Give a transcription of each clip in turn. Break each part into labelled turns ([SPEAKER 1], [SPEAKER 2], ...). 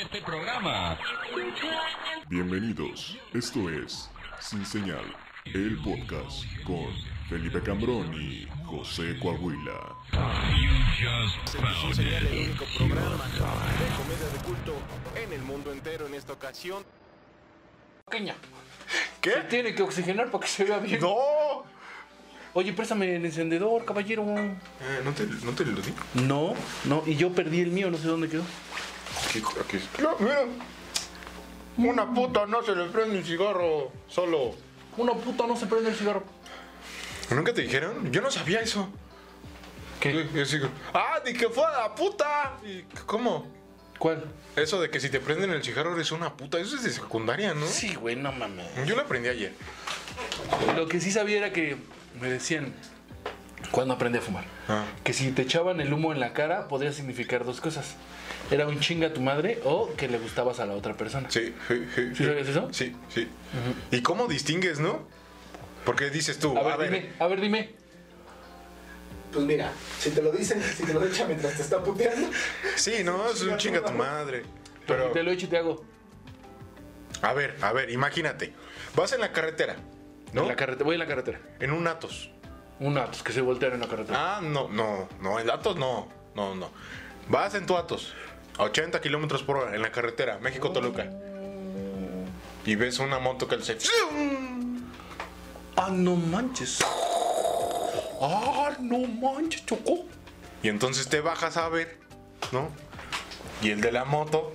[SPEAKER 1] este programa.
[SPEAKER 2] Bienvenidos, esto es Sin Señal, el podcast con Felipe Cambrón y José Coahuila.
[SPEAKER 3] Sin Señal, el único programa de comedia de culto en el mundo entero en esta ocasión.
[SPEAKER 4] Pequeña. Se
[SPEAKER 3] ¿Qué?
[SPEAKER 4] tiene que oxigenar para que se vea bien.
[SPEAKER 3] ¡No!
[SPEAKER 4] Oye, préstame el encendedor, caballero.
[SPEAKER 3] Eh, ¿no, te, ¿No te lo di?
[SPEAKER 4] No, no, y yo perdí el mío, no sé dónde quedó.
[SPEAKER 3] Aquí, aquí. No, mira. Una puta no se le prende un cigarro solo.
[SPEAKER 4] Una puta no se prende el cigarro.
[SPEAKER 3] ¿Nunca te dijeron? Yo no sabía eso.
[SPEAKER 4] ¿Qué?
[SPEAKER 3] Yo sigo, ¡Ah, ni que fuera la puta! ¿Y cómo?
[SPEAKER 4] ¿Cuál?
[SPEAKER 3] Eso de que si te prenden el cigarro eres una puta, eso es de secundaria, ¿no?
[SPEAKER 4] Sí, güey, no mames.
[SPEAKER 3] Yo lo aprendí ayer.
[SPEAKER 4] Lo que sí sabía era que me decían cuando aprendí a fumar.
[SPEAKER 3] Ah.
[SPEAKER 4] Que si te echaban el humo en la cara podía significar dos cosas. Era un chinga a tu madre o que le gustabas a la otra persona.
[SPEAKER 3] Sí, sí, sí.
[SPEAKER 4] ¿Sí sabías eso?
[SPEAKER 3] Sí, sí. ¿Y cómo distingues, no? Porque dices tú,
[SPEAKER 4] A ver, dime, a ver, dime.
[SPEAKER 5] Pues mira, si te lo dicen, si te lo echan mientras te está puteando,
[SPEAKER 3] sí, no, es un chinga tu madre. Pero,
[SPEAKER 4] Te lo echo y te hago.
[SPEAKER 3] a ver, a ver, imagínate. Vas en la carretera,
[SPEAKER 4] En
[SPEAKER 3] ¿no?
[SPEAKER 4] la carretera, voy en la carretera.
[SPEAKER 3] En un Atos.
[SPEAKER 4] Una, pues que se voltearon en la carretera.
[SPEAKER 3] Ah, no, no, no, en Atos no, no, no. Vas en tu Atos, a 80 kilómetros por hora, en la carretera, México-Toluca.
[SPEAKER 4] Oh.
[SPEAKER 3] Y ves una moto que se...
[SPEAKER 4] Ah, no manches. Ah, no manches, chocó.
[SPEAKER 3] Y entonces te bajas a ver, ¿no? Y el de la moto,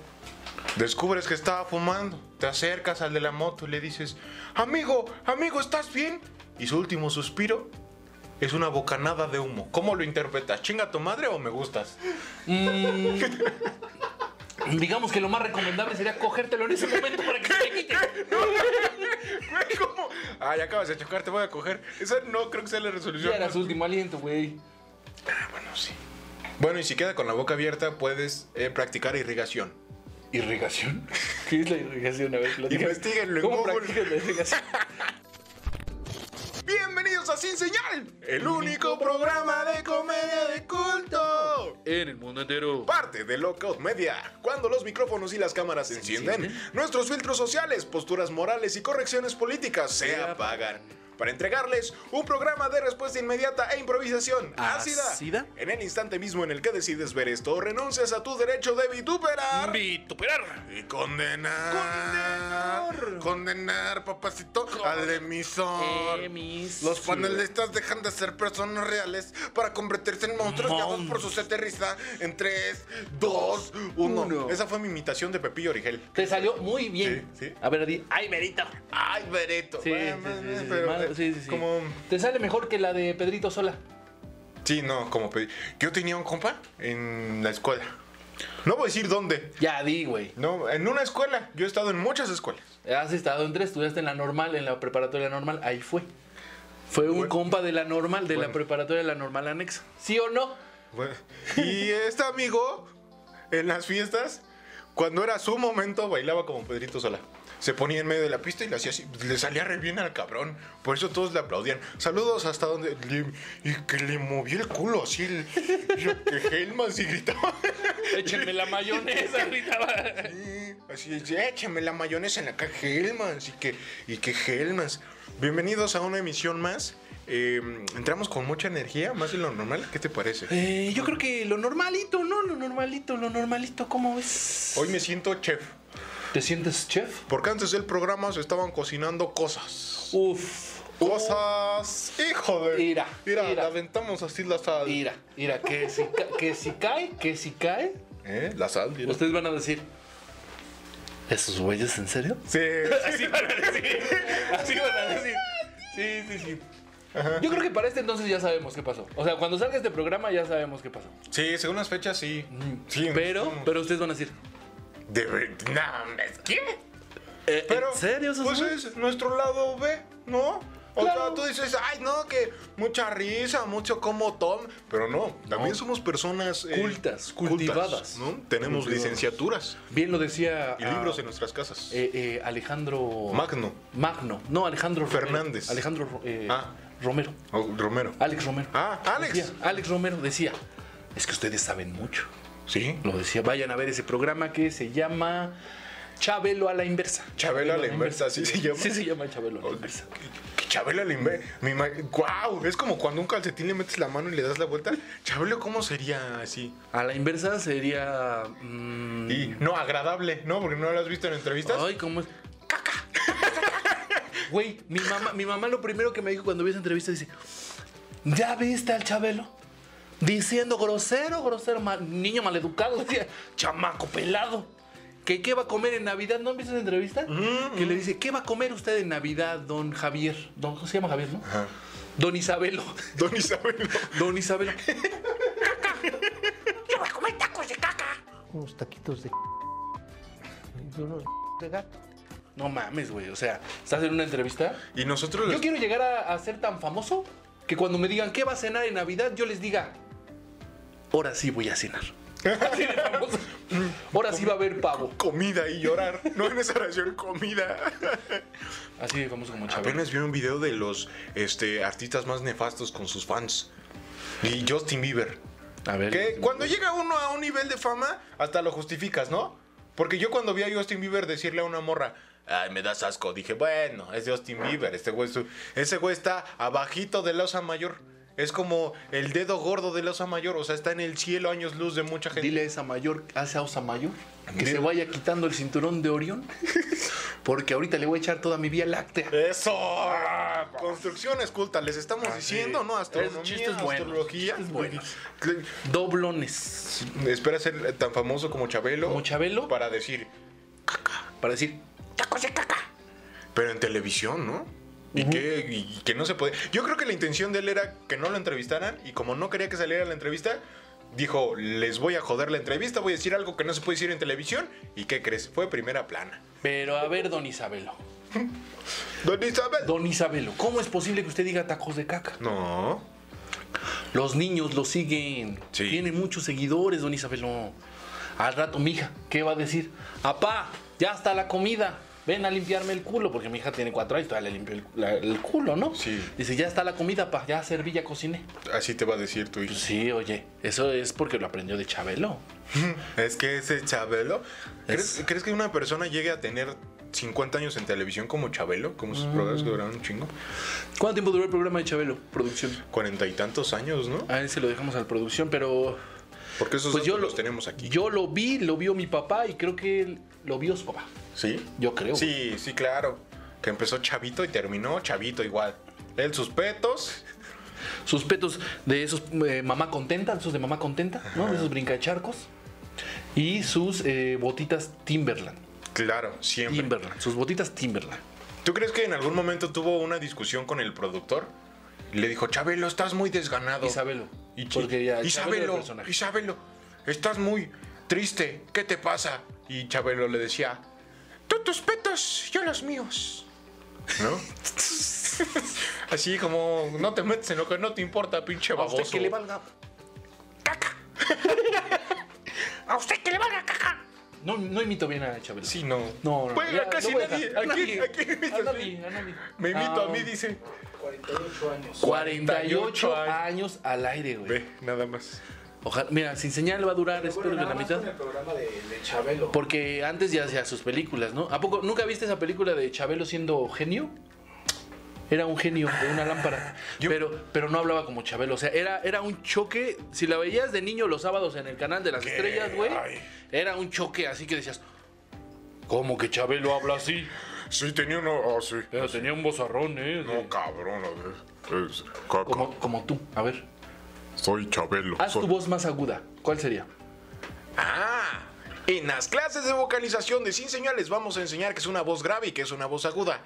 [SPEAKER 3] descubres que estaba fumando. Te acercas al de la moto y le dices, amigo, amigo, ¿estás bien? Y su último suspiro es una bocanada de humo. ¿Cómo lo interpretas? ¿Chinga tu madre o me gustas?
[SPEAKER 4] Digamos que lo más recomendable sería cogértelo en ese momento para que se te quite.
[SPEAKER 3] Güey, ¿cómo? Ay, acabas de chocar, te voy a coger. Esa no creo que sea la resolución.
[SPEAKER 4] Ya era su último aliento, güey.
[SPEAKER 3] Ah, bueno, sí. Bueno, y si queda con la boca abierta, puedes eh, practicar irrigación.
[SPEAKER 4] ¿Irrigación? ¿Qué es la irrigación? A ver, platícame.
[SPEAKER 3] Investíguenlo en
[SPEAKER 4] ¿Cómo
[SPEAKER 3] Google.
[SPEAKER 4] practican la irrigación?
[SPEAKER 3] Bienvenidos a Sin Señal, el único programa de comedia de culto.
[SPEAKER 4] En el mundo entero.
[SPEAKER 3] Parte de Lockout Media. Cuando los micrófonos y las cámaras se encienden, nuestros filtros sociales, posturas morales y correcciones políticas se apagan. Para entregarles un programa de respuesta inmediata e improvisación ácida.
[SPEAKER 4] ¿Ácida?
[SPEAKER 3] En el instante mismo en el que decides ver esto, renuncias a tu derecho de vituperar.
[SPEAKER 4] Vituperar.
[SPEAKER 3] Y condenar.
[SPEAKER 4] Condenar.
[SPEAKER 3] Condenar, papacito, al emisor.
[SPEAKER 4] Eh, Emisor.
[SPEAKER 3] Los panelistas dejan de ser personas reales para convertirse en monstruos guiados por su aterriza en 3, 2, 1.
[SPEAKER 4] Uno.
[SPEAKER 3] Esa fue mi imitación de Pepillo Origel.
[SPEAKER 4] Te salió muy bien.
[SPEAKER 3] Sí, sí.
[SPEAKER 4] A ver, di. ¡Ay, verito!
[SPEAKER 3] Ay, Bereto.
[SPEAKER 4] Sí,
[SPEAKER 3] Bueno,
[SPEAKER 4] sí, sí, sí, sí.
[SPEAKER 3] pero,
[SPEAKER 4] Madre-
[SPEAKER 3] eh,
[SPEAKER 4] sí, sí, sí.
[SPEAKER 3] Como,
[SPEAKER 4] Te sale mejor que la de Pedrito Sola.
[SPEAKER 3] sí, no, como pe- Yo tenía un compa en la escuela. No voy a decir dónde.
[SPEAKER 4] Ya di, güey.
[SPEAKER 3] No, en una escuela. Yo he estado en muchas escuelas.
[SPEAKER 4] Has estado en tres, estudiaste en la normal, en la preparatoria normal, ahí fue. Fue un compa de la normal, de
[SPEAKER 3] Bueno.
[SPEAKER 4] la preparatoria de la normal anexa. ¿Sí o no?
[SPEAKER 3] Bueno, Y este amigo, en las fiestas, cuando era su momento, bailaba como Pedrito Sola. Se ponía en medio de la pista y le hacía así. Le salía re bien al cabrón. Por eso todos le aplaudían. Saludos hasta donde. le- y que le movía el culo así. El, yo, que Hellman sí gritaba.
[SPEAKER 4] Échenme la mayonesa, gritaba.
[SPEAKER 3] Sí, Así es, échame la mayonesa en la caja Helmans y que, y que Helmans. Bienvenidos a una emisión más. Eh, entramos con mucha energía, más de lo normal. ¿Qué te parece?
[SPEAKER 4] Eh, yo creo que lo normalito, ¿no? Lo normalito, lo normalito, ¿cómo ves?
[SPEAKER 3] Hoy me siento chef.
[SPEAKER 4] ¿Te sientes chef?
[SPEAKER 3] Porque antes del programa se estaban cocinando cosas.
[SPEAKER 4] Uf.
[SPEAKER 3] Cosas. Hijo de.
[SPEAKER 4] Mira,
[SPEAKER 3] Mira,
[SPEAKER 4] mira.
[SPEAKER 3] la aventamos así la sal.
[SPEAKER 4] Oh, Mira, mira, que si, ca- que si cae, que si cae,
[SPEAKER 3] ¿Eh? La sal. mira.
[SPEAKER 4] ustedes van a decir... ¿Esos güeyes en serio?
[SPEAKER 3] Sí.
[SPEAKER 4] Así van a decir. Así van a decir. Sí, sí, sí. Yo creo que para este entonces ya sabemos qué pasó. O sea, cuando salga este programa ya sabemos qué pasó.
[SPEAKER 3] sí, según las fechas sí. Sí,
[SPEAKER 4] Mm. Pero, pero ustedes van a decir.
[SPEAKER 3] De ver- No, hombre, ¿qué?
[SPEAKER 4] "Eh,
[SPEAKER 3] Pero.
[SPEAKER 4] ¿En serio? esos
[SPEAKER 3] Pues
[SPEAKER 4] güeyes?"
[SPEAKER 3] es nuestro lado B, ¿no? O sea,
[SPEAKER 4] Claro.
[SPEAKER 3] tú dices, ay, no, que mucha risa, mucho como Tom. Pero no, también
[SPEAKER 4] No.
[SPEAKER 3] somos personas. eh,
[SPEAKER 4] Cultas, cultivadas.
[SPEAKER 3] ¿no? Tenemos
[SPEAKER 4] Cultivadas.
[SPEAKER 3] licenciaturas
[SPEAKER 4] Bien lo decía.
[SPEAKER 3] y
[SPEAKER 4] ah,
[SPEAKER 3] libros en nuestras casas.
[SPEAKER 4] eh, eh, Alejandro.
[SPEAKER 3] Magno.
[SPEAKER 4] Magno. No, Alejandro Romero.
[SPEAKER 3] Fernández.
[SPEAKER 4] Alejandro Ro- eh,
[SPEAKER 3] Ah.
[SPEAKER 4] Romero.
[SPEAKER 3] Oh, Romero.
[SPEAKER 4] Alex Romero.
[SPEAKER 3] Ah, Alex.
[SPEAKER 4] Decía, Alex Romero decía. Es que ustedes saben mucho.
[SPEAKER 3] Sí.
[SPEAKER 4] Lo decía, vayan a ver ese programa que se llama Chabelo a la inversa.
[SPEAKER 3] Chabelo a la inversa, así se llama.
[SPEAKER 4] Sí, se llama Chabelo a la inversa.
[SPEAKER 3] Que Chabelo le inve- me ima- ¡Guau! Es como cuando a un calcetín le metes la mano y le das la vuelta. Chabelo, ¿cómo sería así?
[SPEAKER 4] A la inversa sería. mm,
[SPEAKER 3] Y no agradable, ¿no? Porque no lo has visto en entrevistas.
[SPEAKER 4] Ay, ¿cómo es? ¡Caca! Güey, mi mamá, mi mamá lo primero que me dijo cuando vi esa entrevista dice: ¿Ya viste al Chabelo? Diciendo grosero, grosero, mal- niño maleducado, decía, chamaco pelado. ¿Qué, ¿Qué va a comer en Navidad? ¿No han visto esa entrevista?
[SPEAKER 3] Mm,
[SPEAKER 4] que le dice, ¿qué va a comer usted en Navidad, don Javier? Don, ¿Se llama Javier, no?
[SPEAKER 3] Ajá.
[SPEAKER 4] Don Isabelo.
[SPEAKER 3] Don Isabel.
[SPEAKER 4] Don Isabelo.
[SPEAKER 1] unos taquitos de y unos de gato.
[SPEAKER 4] No mames, güey. O sea, ¿estás en una entrevista?
[SPEAKER 3] Y nosotros los-
[SPEAKER 4] Yo quiero llegar a, a ser tan famoso que cuando me digan qué va a cenar en Navidad, yo les diga, ahora sí voy a cenar. Así de famoso. Ahora sí va a haber pavo.
[SPEAKER 3] comida y llorar. No en esa oración, comida.
[SPEAKER 4] Así de famoso como Chabelo.
[SPEAKER 3] Apenas vi un video de los este, artistas más nefastos con sus fans. Y Justin Bieber.
[SPEAKER 4] A ver. este,
[SPEAKER 3] Que cuando llega uno a un nivel de fama, hasta lo justificas, ¿no? Porque yo cuando vi a Justin Bieber decirle a una morra, ay, me das asco, dije, bueno, es Justin Bieber, este güey, es su- ese güey está abajito de la osa mayor. Es como el dedo gordo de la osa mayor, o sea, está en el cielo años luz de mucha gente.
[SPEAKER 4] Dile a esa mayor, a esa osa mayor, que
[SPEAKER 3] Dile-
[SPEAKER 4] se vaya quitando el cinturón de Orión, porque ahorita le voy a echar toda mi vía láctea.
[SPEAKER 3] Eso, construcciones cultas, les estamos diciendo, ¿no? Astronomía,
[SPEAKER 4] Esos Ah, chistes buenos,
[SPEAKER 3] astrología.
[SPEAKER 4] chistes buenos. Doblones.
[SPEAKER 3] Espera ser tan famoso como Chabelo.
[SPEAKER 4] Como Chabelo.
[SPEAKER 3] Para decir,
[SPEAKER 4] Para decir,
[SPEAKER 3] Pero en televisión, ¿no? Y, que, y que no se podía. Yo creo que la intención de él era que no lo entrevistaran y como no quería que saliera la entrevista, dijo, les voy a joder la entrevista, voy a decir algo que no se puede decir en televisión. ¿Y qué crees? Fue primera plana.
[SPEAKER 4] pero a ver, don Isabelo.
[SPEAKER 3] Don Isabel.
[SPEAKER 4] Don Isabelo, ¿cómo es posible que usted diga tacos de caca?
[SPEAKER 3] No.
[SPEAKER 4] Los niños lo siguen.
[SPEAKER 3] Sí.
[SPEAKER 4] Tiene muchos seguidores, don Isabelo. Al rato, mija, ¿qué va a decir? Apá, ya está la comida. Ven a limpiarme el culo, porque mi hija tiene cuatro años, todavía le limpio el, la- el culo, ¿no?
[SPEAKER 3] Sí.
[SPEAKER 4] Dice, ya está la comida, pa, ya serví, ya cociné.
[SPEAKER 3] Así te va a decir tu hijo.
[SPEAKER 4] Sí, oye, eso es porque lo aprendió de Chabelo.
[SPEAKER 3] Es que ese Chabelo. ¿crees,
[SPEAKER 4] Es-
[SPEAKER 3] crees que una persona llegue a tener 50 años en televisión como Chabelo? Como sus programas que duraron un chingo.
[SPEAKER 4] ¿Cuánto tiempo duró el programa de Chabelo? Producción.
[SPEAKER 3] Cuarenta y tantos años, ¿no?
[SPEAKER 4] A ese lo dejamos al producción, pero
[SPEAKER 3] Porque esos
[SPEAKER 4] pues yo
[SPEAKER 3] datos
[SPEAKER 4] lo,
[SPEAKER 3] los tenemos aquí.
[SPEAKER 4] Yo lo vi, lo vio mi papá y creo que él- lo vio su papá.
[SPEAKER 3] ¿Sí?
[SPEAKER 4] Yo creo.
[SPEAKER 3] Sí, sí, claro. Que empezó chavito y terminó chavito igual. Él sus petos.
[SPEAKER 4] sus petos de esos eh, mamá contenta, esos de mamá contenta, ¿no? De esos brincacharcos. Y sus eh, botitas Timberland.
[SPEAKER 3] Claro, siempre.
[SPEAKER 4] Timberland. Sus botitas Timberland.
[SPEAKER 3] ¿Tú crees que en algún momento tuvo una discusión con el productor? Le dijo, Chabelo, estás muy desganado.
[SPEAKER 4] Isabelo.
[SPEAKER 3] Oh. Y chi-
[SPEAKER 4] Porque ya Chabelo era el
[SPEAKER 3] Isabelo,
[SPEAKER 4] personaje.
[SPEAKER 3] Isabelo, estás muy triste. ¿Qué te pasa? Y Chabelo le decía, tú tus petos, yo los míos. ¿No? Así como, no te metes en lo que no te importa, pinche
[SPEAKER 4] A usted
[SPEAKER 3] baboso.
[SPEAKER 4] que le valga.
[SPEAKER 3] A usted que le valga caca.
[SPEAKER 4] No, no imito bien a Chabelo.
[SPEAKER 3] Sí, no.
[SPEAKER 4] No, no.
[SPEAKER 3] Pues,
[SPEAKER 4] ya,
[SPEAKER 3] casi
[SPEAKER 4] lo voy a
[SPEAKER 3] nadie.
[SPEAKER 4] dejar. A
[SPEAKER 3] Aquí,
[SPEAKER 4] nadie,
[SPEAKER 3] aquí imitas
[SPEAKER 4] a
[SPEAKER 3] a mí.
[SPEAKER 4] nadie, a nadie.
[SPEAKER 3] Me imito a mí,
[SPEAKER 4] Ah,
[SPEAKER 3] dice.
[SPEAKER 5] 48 años.
[SPEAKER 4] 48
[SPEAKER 3] años.
[SPEAKER 4] años al aire, güey.
[SPEAKER 3] Ve, nada más.
[SPEAKER 4] Ojalá, mira, sin señal va a durar,
[SPEAKER 5] Pero
[SPEAKER 4] espero
[SPEAKER 5] bueno,
[SPEAKER 4] que la
[SPEAKER 5] nada más
[SPEAKER 4] mitad.
[SPEAKER 5] con el programa de, de Chabelo.
[SPEAKER 4] Porque antes ya hacía sus películas, ¿no? ¿A poco nunca viste esa película de Chabelo siendo genio? Era un genio de una lámpara. Pero, pero no hablaba como Chabelo. O sea, era, era un choque. Si la veías de niño los sábados en el canal de las estrellas, güey,
[SPEAKER 3] Ay.
[SPEAKER 4] era un choque así que decías. ¿Cómo que Chabelo habla así?
[SPEAKER 3] Sí, tenía uno. Ah, sí.
[SPEAKER 4] Pero tenía un bozarrón, ¿eh?
[SPEAKER 3] No, cabrón, a ver. Es caca.
[SPEAKER 4] Como, como tú. A ver.
[SPEAKER 2] Soy Chabelo.
[SPEAKER 4] Haz
[SPEAKER 2] soy-
[SPEAKER 4] tu voz más aguda. ¿Cuál sería?
[SPEAKER 3] Ah, en las clases de vocalización de Sin Señal les vamos a enseñar que es una voz grave y que es una voz aguda.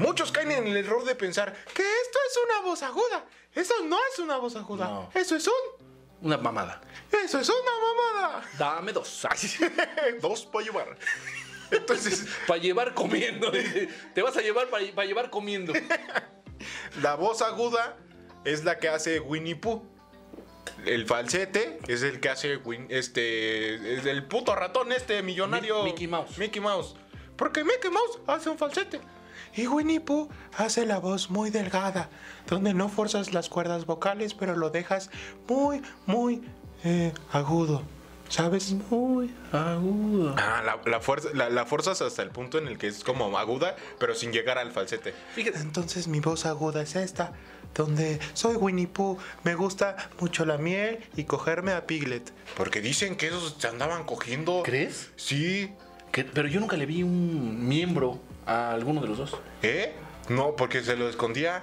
[SPEAKER 3] Muchos caen en el error de pensar que esto es una voz aguda. Eso no es una voz aguda.
[SPEAKER 4] No.
[SPEAKER 3] Eso es un.
[SPEAKER 4] Una mamada.
[SPEAKER 3] Eso es una mamada.
[SPEAKER 4] Dame dos.
[SPEAKER 3] Dos para llevar. Entonces,
[SPEAKER 4] Para llevar comiendo. dice. Te vas a llevar para llevar comiendo.
[SPEAKER 3] La voz aguda es la que hace Winnie Pooh. El falsete es el que hace Win- este es el puto ratón este millonario
[SPEAKER 4] Mi- Mickey Mouse.
[SPEAKER 3] Mickey Mouse. Porque Mickey Mouse hace un falsete y Winnie Pooh hace la voz muy delgada, donde no forzas las cuerdas vocales, pero lo dejas muy muy eh, agudo. ¿Sabes?
[SPEAKER 4] Muy agudo.
[SPEAKER 3] Ah, la, la fuerza, la, la forzas hasta el punto en el que es como aguda, pero sin llegar al falsete.
[SPEAKER 4] Fíjate.
[SPEAKER 3] Entonces mi voz aguda es esta, donde soy Winnie Pooh, me gusta mucho la miel y cogerme a Piglet. Porque dicen que esos se andaban cogiendo.
[SPEAKER 4] ¿Crees?
[SPEAKER 3] Sí.
[SPEAKER 4] Que- pero yo nunca le vi un miembro a alguno de los dos.
[SPEAKER 3] ¿Eh? No, porque se lo escondía.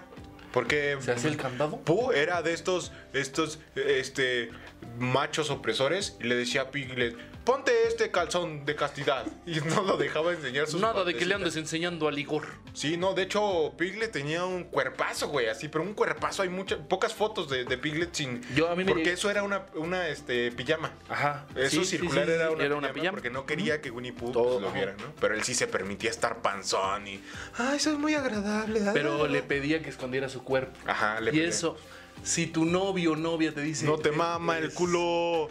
[SPEAKER 3] Porque
[SPEAKER 4] ¿Se hacía el candado?
[SPEAKER 3] Pooh era de estos, estos, este, machos opresores y le decía a Piglet, ponte este calzón de castidad. Y no lo dejaba enseñar sus
[SPEAKER 4] Nada de que le
[SPEAKER 3] partecitas.
[SPEAKER 4] andes enseñando al Igor.
[SPEAKER 3] Sí, no, de hecho, Piglet tenía un cuerpazo, güey, así, pero un cuerpazo, hay muchas, pocas fotos de, de Piglet sin...
[SPEAKER 4] Yo, a mí me
[SPEAKER 3] Porque
[SPEAKER 4] llega-
[SPEAKER 3] eso era una, una este, pijama.
[SPEAKER 4] Ajá.
[SPEAKER 3] Eso
[SPEAKER 4] Sí, sí,
[SPEAKER 3] circular
[SPEAKER 4] sí, sí,
[SPEAKER 3] era,
[SPEAKER 4] sí,
[SPEAKER 3] una,
[SPEAKER 4] era
[SPEAKER 3] pijama
[SPEAKER 4] una pijama.
[SPEAKER 3] Porque no quería que Winnie Pooh
[SPEAKER 4] Todo,
[SPEAKER 3] pues, lo
[SPEAKER 4] ajá.
[SPEAKER 3] viera, ¿no? Pero él sí se permitía estar panzón y... Ay, soy muy agradable. ah".
[SPEAKER 4] Pero le pedía que escondiera su cuerpo.
[SPEAKER 3] Ajá, le
[SPEAKER 4] Y
[SPEAKER 3] pedía.
[SPEAKER 4] eso, si tu novio o novia te dice. "Eh,
[SPEAKER 3] No te mama el
[SPEAKER 4] "Eres-
[SPEAKER 3] culo.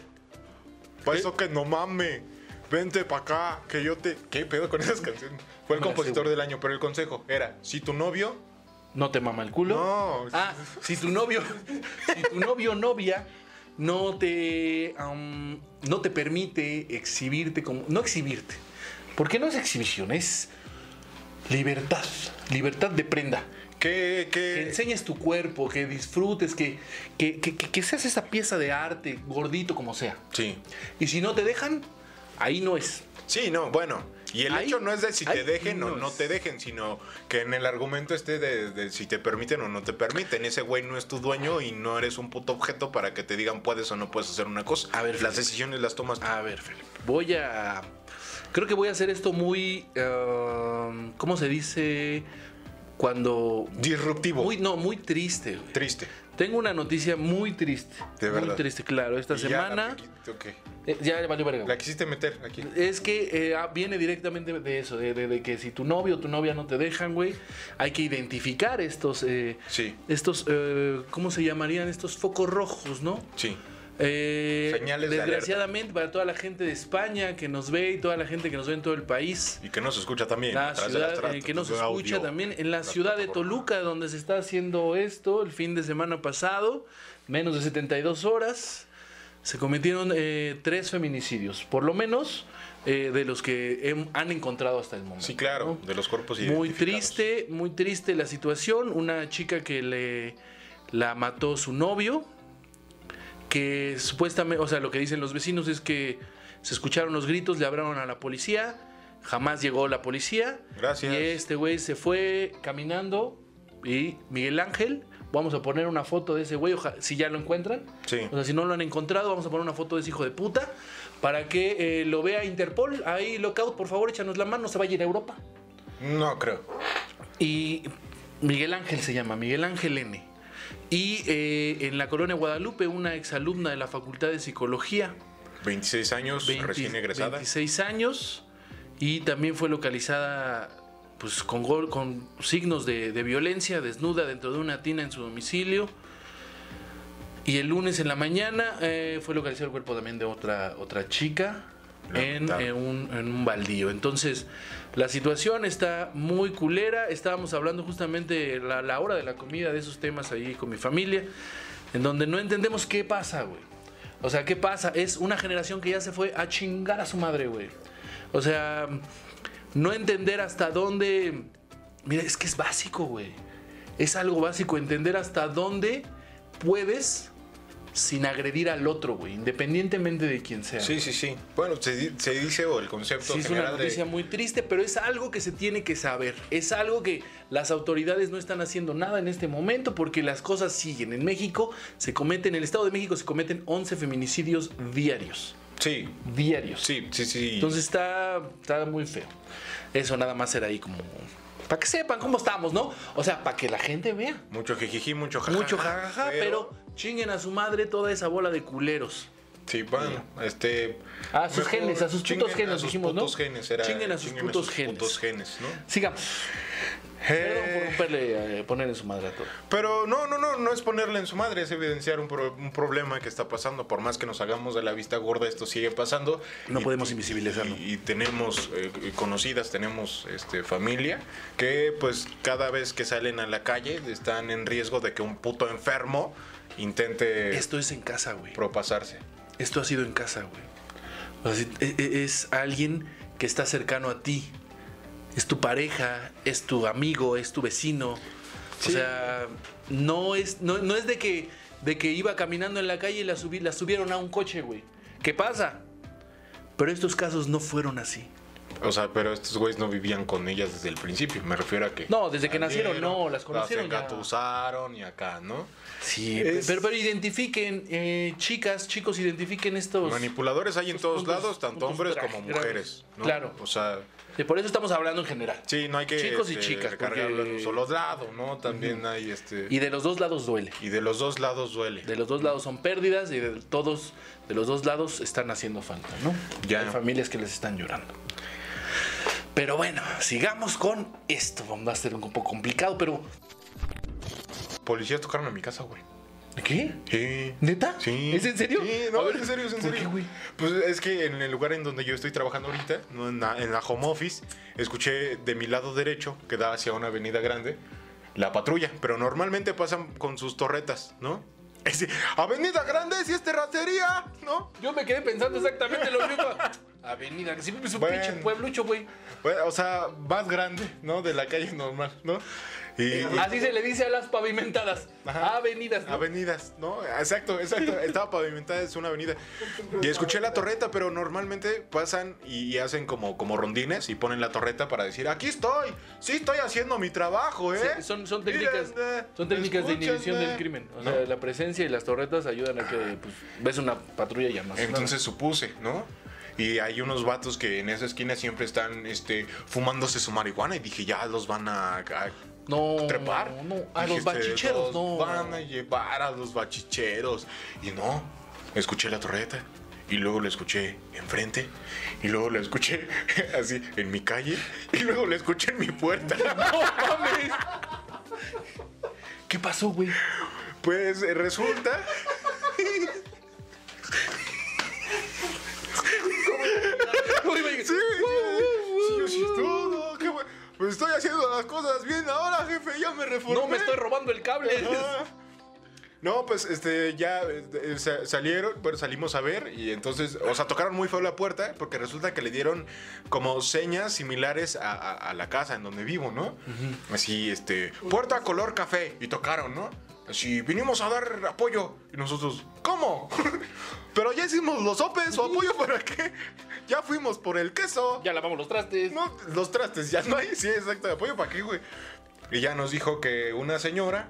[SPEAKER 3] Pa' eso que no mame. Vente pa' acá, que yo te... ¿Qué pedo con esas canciones? Fue el
[SPEAKER 4] No me las sé,
[SPEAKER 3] compositor
[SPEAKER 4] güey.
[SPEAKER 3] del año, pero el consejo era, si tu novio...
[SPEAKER 4] No te mama el culo.
[SPEAKER 3] No.
[SPEAKER 4] Ah, si tu novio. si tu novio o novia no te. am, no te permite exhibirte como. No exhibirte. Porque no es exhibición, es. Libertad. Libertad de prenda.
[SPEAKER 3] ¿Qué,
[SPEAKER 4] Que
[SPEAKER 3] qué,
[SPEAKER 4] enseñes tu cuerpo, que disfrutes, que, que, que- que- que seas esa pieza de arte, gordito como sea.
[SPEAKER 3] Sí.
[SPEAKER 4] Y si no te dejan, ahí no es.
[SPEAKER 3] Sí, no, bueno. Y el
[SPEAKER 4] Ahí-
[SPEAKER 3] hecho no es de si
[SPEAKER 4] ahí
[SPEAKER 3] te dejen o
[SPEAKER 4] no
[SPEAKER 3] no
[SPEAKER 4] es.
[SPEAKER 3] te dejen, sino que en el argumento esté de, de si te permiten o no te permiten. Ese güey no es tu dueño y no eres un puto objeto para que te digan puedes o no puedes hacer una cosa.
[SPEAKER 4] A ver, Ah.
[SPEAKER 3] las
[SPEAKER 4] Felipe.
[SPEAKER 3] decisiones las tomas tú.
[SPEAKER 4] A ver, Felipe. Voy a. Creo que voy a hacer esto muy. um, ¿Cómo se dice? Cuando.
[SPEAKER 3] Disruptivo.
[SPEAKER 4] Muy, no, muy triste. güey.
[SPEAKER 3] triste.
[SPEAKER 4] Tengo una noticia muy triste.
[SPEAKER 3] De
[SPEAKER 4] Muy
[SPEAKER 3] verdad.
[SPEAKER 4] triste, claro. Esta
[SPEAKER 3] Y ya la
[SPEAKER 4] semana.
[SPEAKER 3] pequi- ok.
[SPEAKER 4] eh, Ya, valió verga,
[SPEAKER 3] La
[SPEAKER 4] güey.
[SPEAKER 3] quisiste meter aquí.
[SPEAKER 4] Es que eh, ah, viene directamente de eso, de, de- de que si tu novio o tu novia no te dejan, güey, hay que identificar estos, eh,
[SPEAKER 3] Sí,
[SPEAKER 4] estos, eh, ¿cómo se llamarían? Estos focos rojos, ¿no?
[SPEAKER 3] sí.
[SPEAKER 4] Eh,
[SPEAKER 3] Señales de
[SPEAKER 4] desgraciadamente para toda la gente de España que nos ve y toda la gente que nos ve en todo el país.
[SPEAKER 3] Y que no se escucha también.
[SPEAKER 4] La
[SPEAKER 3] atrás de las
[SPEAKER 4] ciudad
[SPEAKER 3] tra-
[SPEAKER 4] eh, que nos
[SPEAKER 3] de audio.
[SPEAKER 4] escucha también en la
[SPEAKER 3] Las
[SPEAKER 4] ciudad de
[SPEAKER 3] plataformas.
[SPEAKER 4] Toluca donde se está haciendo esto el fin de semana pasado, menos de 72 horas, se cometieron eh, tres feminicidios, por lo menos eh, de los que hem- han encontrado hasta el momento.
[SPEAKER 3] Sí, claro,
[SPEAKER 4] ¿no?
[SPEAKER 3] de los cuerpos
[SPEAKER 4] Muy
[SPEAKER 3] identificados.
[SPEAKER 4] triste, muy triste la situación. Una chica que le la mató su novio, que supuestamente, o sea, lo que dicen los vecinos es que se escucharon los gritos, le hablaron a la policía, jamás llegó la policía.
[SPEAKER 3] Gracias.
[SPEAKER 4] Y este güey se fue caminando y Miguel Ángel, vamos a poner una foto de ese güey, oja- si ya lo encuentran.
[SPEAKER 3] Sí.
[SPEAKER 4] O sea, si no lo han encontrado, vamos a poner una foto de ese hijo de puta para que eh, lo vea Interpol. Ahí, Lockout, por favor, échanos la mano, se vaya a ir a Europa.
[SPEAKER 3] No creo.
[SPEAKER 4] Y Miguel Ángel se llama, Miguel Ángel N. Y eh, en la colonia Guadalupe, una exalumna de la Facultad de Psicología,
[SPEAKER 3] 26 años,
[SPEAKER 4] 20
[SPEAKER 3] Pues, recién egresada.
[SPEAKER 4] 26 años, y también fue localizada pues, con, gol, con signos de, de violencia, desnuda dentro de una tina en su domicilio. Y el lunes en la mañana eh, fue localizado el cuerpo también de otra, otra chica en,
[SPEAKER 3] Lamentable.
[SPEAKER 4] en un, en un baldío. Entonces, la situación está muy culera. Estábamos hablando justamente la, la hora de la comida de esos temas ahí con mi familia, en donde no entendemos qué pasa, güey. O sea, ¿qué pasa? Es una generación que ya se fue a chingar a su madre, güey. O sea, no entender hasta dónde... Mira, es que es básico, güey. Es algo básico, entender hasta dónde puedes sin agredir al otro, güey, independientemente de quién sea.
[SPEAKER 3] Sí, sí, sí. Bueno, se, di- se dice o el concepto
[SPEAKER 4] Sí, es una
[SPEAKER 3] general
[SPEAKER 4] noticia
[SPEAKER 3] de...
[SPEAKER 4] muy triste, pero es algo que se tiene que saber. Es algo que las autoridades no están haciendo nada en este momento porque las cosas siguen. En México se cometen, en el Estado de México se cometen 11 feminicidios diarios.
[SPEAKER 3] Sí,
[SPEAKER 4] Diarios.
[SPEAKER 3] sí, sí, sí.
[SPEAKER 4] Entonces está, está muy feo. Eso nada más era ahí como... Para que sepan cómo estamos, ¿no? O sea, para que la gente vea.
[SPEAKER 3] mucho jijiji, mucho jajaja.
[SPEAKER 4] Mucho jajaja, pero chinguen a su madre toda esa bola de culeros.
[SPEAKER 3] Sí, bueno, este...
[SPEAKER 4] A sus
[SPEAKER 3] mejor
[SPEAKER 4] genes, a sus putos
[SPEAKER 3] chinguen a
[SPEAKER 4] genes,
[SPEAKER 3] sus
[SPEAKER 4] dijimos, ¿no?
[SPEAKER 3] putos genes era...
[SPEAKER 4] Chinguen a sus putos genes.
[SPEAKER 3] putos genes, ¿no?
[SPEAKER 4] Sigamos. Perdón por
[SPEAKER 3] Eh,
[SPEAKER 4] romperle, eh, poner en su madre a todo.
[SPEAKER 3] pero no, no, no, no es ponerle en su madre, es evidenciar un, pro- un problema que está pasando. Por más que nos hagamos de la vista gorda, esto sigue pasando.
[SPEAKER 4] No
[SPEAKER 3] Y-
[SPEAKER 4] podemos invisibilizarlo.
[SPEAKER 3] Y, y tenemos eh, conocidas, tenemos este, familia, que pues cada vez que salen a la calle están en riesgo de que un puto enfermo intente Eh.
[SPEAKER 4] Esto es en casa, güey.
[SPEAKER 3] propasarse.
[SPEAKER 4] Esto ha sido en casa, güey. O sea, e- e- es alguien que está cercano a ti. Es tu pareja, es tu amigo, es tu vecino. O sea, no es, no, no es de que, de que iba caminando en la calle y la, subí- la subieron a un coche, güey. ¿Qué pasa? Pero estos casos no fueron así.
[SPEAKER 3] O sea, pero estos güeyes no vivían con ellas desde el principio. Me refiero a que.
[SPEAKER 4] No, desde que nacieron,
[SPEAKER 3] salieron,
[SPEAKER 4] no, las conocieron ya.
[SPEAKER 3] Las engatusaron y acá, ¿no?
[SPEAKER 4] Sí,
[SPEAKER 3] Es-
[SPEAKER 4] pero, pero identifiquen, eh, chicas, chicos, identifiquen estos.
[SPEAKER 3] Manipuladores hay en todos
[SPEAKER 4] puntos-
[SPEAKER 3] lados, tanto
[SPEAKER 4] puntos
[SPEAKER 3] hombres
[SPEAKER 4] graves,
[SPEAKER 3] como
[SPEAKER 4] graves.
[SPEAKER 3] mujeres. ¿no?
[SPEAKER 4] Claro.
[SPEAKER 3] O sea,
[SPEAKER 4] Y por eso estamos hablando en general.
[SPEAKER 3] sí, no hay que.
[SPEAKER 4] Chicos y
[SPEAKER 3] este,
[SPEAKER 4] chicas,
[SPEAKER 3] cargarlo
[SPEAKER 4] porque-
[SPEAKER 3] en un solo lado, ¿no? También hay este.
[SPEAKER 4] Y de los dos lados duele.
[SPEAKER 3] Y de los dos lados duele.
[SPEAKER 4] De los dos lados son pérdidas y de todos, de los dos lados están haciendo falta, ¿no?
[SPEAKER 3] Ya.
[SPEAKER 4] Hay familias que les están llorando. Pero bueno, sigamos con esto. Va a ser un poco complicado, pero.
[SPEAKER 3] Policías tocaron en mi casa, güey.
[SPEAKER 4] ¿Qué?
[SPEAKER 3] Sí.
[SPEAKER 4] ¿Neta?
[SPEAKER 3] Sí.
[SPEAKER 4] ¿Es en serio?
[SPEAKER 3] Sí, no,
[SPEAKER 4] A ver,
[SPEAKER 3] es en serio, es en
[SPEAKER 4] ¿por
[SPEAKER 3] serio.
[SPEAKER 4] qué, güey?
[SPEAKER 3] Pues es que en el lugar en donde yo estoy trabajando ahorita, ¿no? en, la, en la home office, escuché de mi lado derecho, que da hacia una avenida grande, la patrulla. Pero normalmente pasan con sus torretas, ¿no? Es, avenida grande, si es terracería, ¿no?
[SPEAKER 4] Yo me quedé pensando exactamente lo mismo. Avenida, que siempre es un
[SPEAKER 3] Bueno.
[SPEAKER 4] pinche pueblucho, güey.
[SPEAKER 3] Bueno, o sea, más grande, ¿no? De la calle normal, ¿no? Y, y-
[SPEAKER 4] Así se le dice a las pavimentadas.
[SPEAKER 3] Ajá.
[SPEAKER 4] Avenidas. ¿no?
[SPEAKER 3] Avenidas, Eh, ¿no? Exacto, exacto. Estaba pavimentada, es una avenida. Y escuché la torreta, pero normalmente pasan y hacen como, como rondines y ponen la torreta para decir, aquí estoy, sí estoy haciendo mi trabajo, ¿eh?
[SPEAKER 4] Sí, son, son técnicas,
[SPEAKER 3] Mírenme,
[SPEAKER 4] son técnicas de inhibición
[SPEAKER 3] escúchenme".
[SPEAKER 4] del crimen. O
[SPEAKER 3] ¿No?
[SPEAKER 4] sea, la presencia y las torretas ayudan a que pues, ves una patrulla y llamas.
[SPEAKER 3] Entonces supuse, ¿no? Y hay unos vatos que en esa esquina siempre están este, fumándose su marihuana y dije, ya los van a, a
[SPEAKER 4] no,
[SPEAKER 3] trepar.
[SPEAKER 4] No, a
[SPEAKER 3] Dije,
[SPEAKER 4] los bachicheros,
[SPEAKER 3] "Se los
[SPEAKER 4] no.
[SPEAKER 3] Van a llevar a los bachicheros. Y no, escuché la torreta. Y luego la escuché enfrente. Y luego la escuché así en mi calle. Y luego la escuché en mi puerta.
[SPEAKER 4] ¿Qué pasó, güey?
[SPEAKER 3] Pues eh, resulta. Sí, sí, yo sí, no, no, qué bueno. Pues estoy haciendo las cosas bien ahora, jefe. Ya me reformé.
[SPEAKER 4] no, me estoy robando el cable.
[SPEAKER 3] Ah. No, pues este ya eh, eh, sa- salieron, bueno, salimos a ver y entonces, o sea, tocaron muy feo la puerta porque resulta que le dieron como señas similares a, a- a la casa en donde vivo, ¿no? Así, este, puerta color café y tocaron, ¿no? Así, vinimos a dar apoyo y nosotros, ¿cómo? Pero ya hicimos los sopes o apoyo para qué? Ya fuimos por el queso.
[SPEAKER 4] Ya lavamos los trastes.
[SPEAKER 3] No, los trastes ya no hay. Sí, exacto. de apoyo para qué, güey. Y ya nos dijo que una señora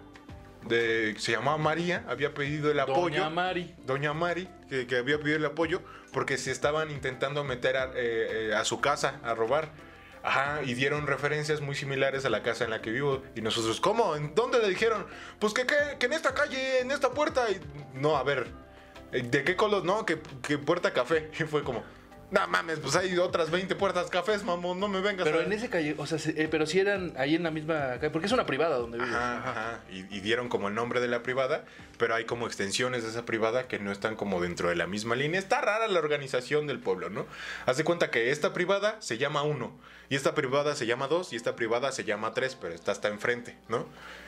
[SPEAKER 3] de, se llamaba María había pedido el
[SPEAKER 4] Doña
[SPEAKER 3] apoyo.
[SPEAKER 4] Mari.
[SPEAKER 3] Doña Mari, que, que había pedido el apoyo porque se estaban intentando meter a, eh, eh, a su casa a robar. Ajá, y dieron referencias muy similares a la casa en la que vivo. Y nosotros, ¿cómo? ¿En dónde le dijeron? Pues que, que, que en esta calle, en esta puerta. Y, no, a ver, eh, ¿de qué color? No, que, que puerta café. Y fue como, no mames, pues hay otras 20 puertas cafés, mamón, no me vengas
[SPEAKER 4] Pero
[SPEAKER 3] a-
[SPEAKER 4] en ese calle, o sea, se- eh, pero si eran ahí en la misma calle, porque es una privada donde vives.
[SPEAKER 3] Ajá, ajá. Y, y dieron como el nombre de la privada, pero hay como extensiones de esa privada que no están como dentro de la misma línea. Está rara la organización del pueblo, ¿no? Haz de cuenta que esta privada se llama uno, y esta privada se llama dos, y esta privada se llama tres, pero esta está enfrente, ¿no?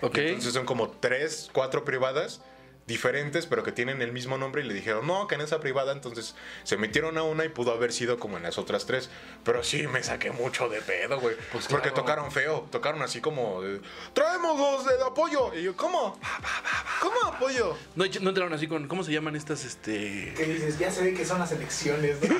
[SPEAKER 4] Ok.
[SPEAKER 3] Entonces son como tres, cuatro privadas diferentes, pero que tienen el mismo nombre y le dijeron, no, que en esa privada, entonces se metieron a una y pudo haber sido como en las otras tres. Pero sí, me saqué mucho de pedo, güey. porque tocaron feo, tocaron así como, eh, traemos los de apoyo. Y yo, ¿cómo? ¿Cómo apoyo?
[SPEAKER 4] No, no entraron así con, ¿cómo se llaman estas, este?
[SPEAKER 5] Que dices, ya se ve que son las elecciones, ¿no?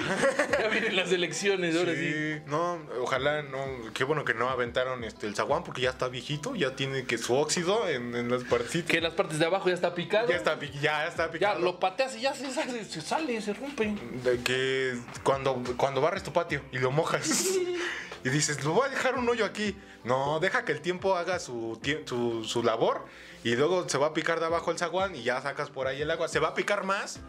[SPEAKER 4] Ya vienen las elecciones, ahora sí.
[SPEAKER 3] Sí, no, ojalá no, qué bueno que no aventaron este, el zaguán porque ya está viejito, ya tiene que su óxido en, en las partitas.
[SPEAKER 4] Que las partes de abajo ya está picado.
[SPEAKER 3] Ya está, pi- ya está
[SPEAKER 4] Ya
[SPEAKER 3] picado.
[SPEAKER 4] lo pateas y ya se sale, se, sale, se rompe.
[SPEAKER 3] De que cuando, cuando barres tu patio y lo mojas y dices, lo voy a dejar un hoyo aquí. No, deja que el tiempo haga su, tie- su, su labor y luego se va a picar de abajo el zaguán y ya sacas por ahí el agua. Se va a picar más,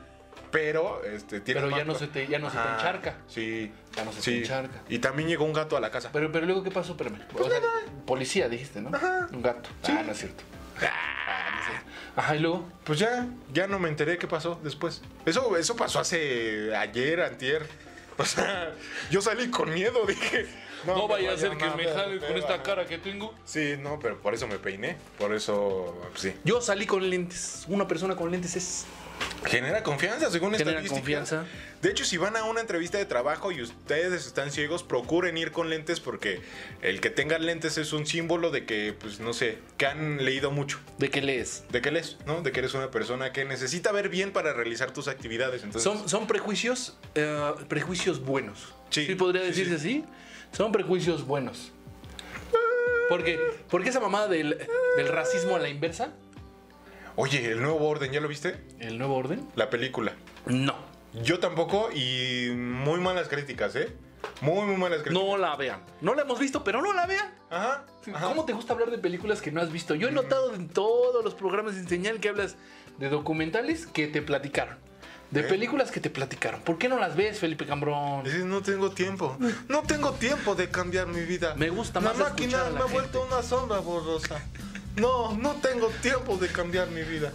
[SPEAKER 3] pero este, tiene
[SPEAKER 4] Pero
[SPEAKER 3] más-
[SPEAKER 4] ya no se te- ya no se te
[SPEAKER 3] Ajá,
[SPEAKER 4] encharca.
[SPEAKER 3] Sí.
[SPEAKER 4] Ya no se te
[SPEAKER 3] sí.
[SPEAKER 4] encharca.
[SPEAKER 3] Y también llegó un gato a la casa.
[SPEAKER 4] Pero, pero luego, ¿qué pasó? Espérame.
[SPEAKER 3] Pues
[SPEAKER 4] O sea, policía, dijiste, ¿no? Un gato. Ah, no es cierto. Ah, no es cierto. Ajá, y luego.
[SPEAKER 3] Pues ya, ya no me enteré qué pasó después. Eso, eso pasó hace ayer, antier. O sea, yo salí con miedo, dije.
[SPEAKER 4] No,
[SPEAKER 3] me
[SPEAKER 4] vaya a ser que
[SPEAKER 3] nada,
[SPEAKER 4] me jale con
[SPEAKER 3] me
[SPEAKER 4] esta
[SPEAKER 3] va".
[SPEAKER 4] cara que tengo.
[SPEAKER 3] Sí, no, pero por eso me peiné. Por eso, pues, sí.
[SPEAKER 4] Yo salí con lentes. Una persona con lentes es
[SPEAKER 3] Genera confianza, según
[SPEAKER 4] Genera
[SPEAKER 3] estadísticas.
[SPEAKER 4] confianza.
[SPEAKER 3] De hecho, si van a una entrevista de trabajo y ustedes están ciegos, procuren ir con lentes porque el que tengan lentes es un símbolo de que, pues no sé, que han leído mucho.
[SPEAKER 4] ¿De qué lees?
[SPEAKER 3] De que lees, ¿no? De que eres una persona que necesita ver bien para realizar tus actividades. Entonces,
[SPEAKER 4] Son, son prejuicios, eh, prejuicios buenos.
[SPEAKER 3] Sí,
[SPEAKER 4] Sí, podría
[SPEAKER 3] sí,
[SPEAKER 4] decirse así. Son prejuicios buenos. Porque, porque esa mamada del, del racismo a la inversa,
[SPEAKER 3] Oye, el nuevo orden, ¿ya lo viste?
[SPEAKER 4] el nuevo orden,
[SPEAKER 3] La película.
[SPEAKER 4] no,
[SPEAKER 3] Yo tampoco y muy malas críticas, ¿eh? Muy, muy malas críticas.
[SPEAKER 4] no la vean. No la hemos visto, pero no la vean.
[SPEAKER 3] Ajá. ajá.
[SPEAKER 4] ¿Cómo te gusta hablar de películas que no has visto? Yo he notado en todos los programas de señal que hablas de documentales que te platicaron. De
[SPEAKER 3] ¿Eh?
[SPEAKER 4] películas que te platicaron. ¿Por qué no las ves, Felipe Cambrón?
[SPEAKER 3] Dices, no tengo tiempo. No tengo tiempo de cambiar mi vida.
[SPEAKER 4] Me gusta más
[SPEAKER 3] La máquina
[SPEAKER 4] escuchar a la
[SPEAKER 3] me ha vuelto una sombra borrosa. No, no tengo tiempo de cambiar mi vida.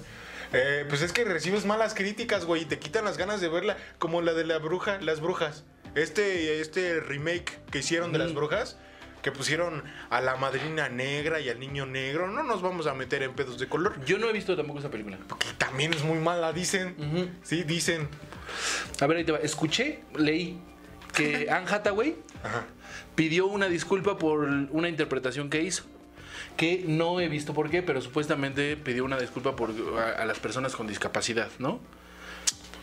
[SPEAKER 3] Eh, pues es que recibes malas críticas, güey, y te quitan las ganas de verla, como la de la bruja, las brujas. Este, este remake que hicieron de
[SPEAKER 4] Mm.
[SPEAKER 3] las brujas, que pusieron a la madrina negra y al niño negro. No nos vamos a meter en pedos de color.
[SPEAKER 4] Yo no he visto tampoco esa película.
[SPEAKER 3] Porque también es muy mala, dicen.
[SPEAKER 4] Ujú.
[SPEAKER 3] Sí, dicen.
[SPEAKER 4] A ver, ahí te va. Escuché, leí que Anne Hathaway
[SPEAKER 3] Ajá.
[SPEAKER 4] pidió una disculpa por una interpretación que hizo. Que no he visto por qué, pero supuestamente pidió una disculpa por, a, a las personas con discapacidad, ¿no?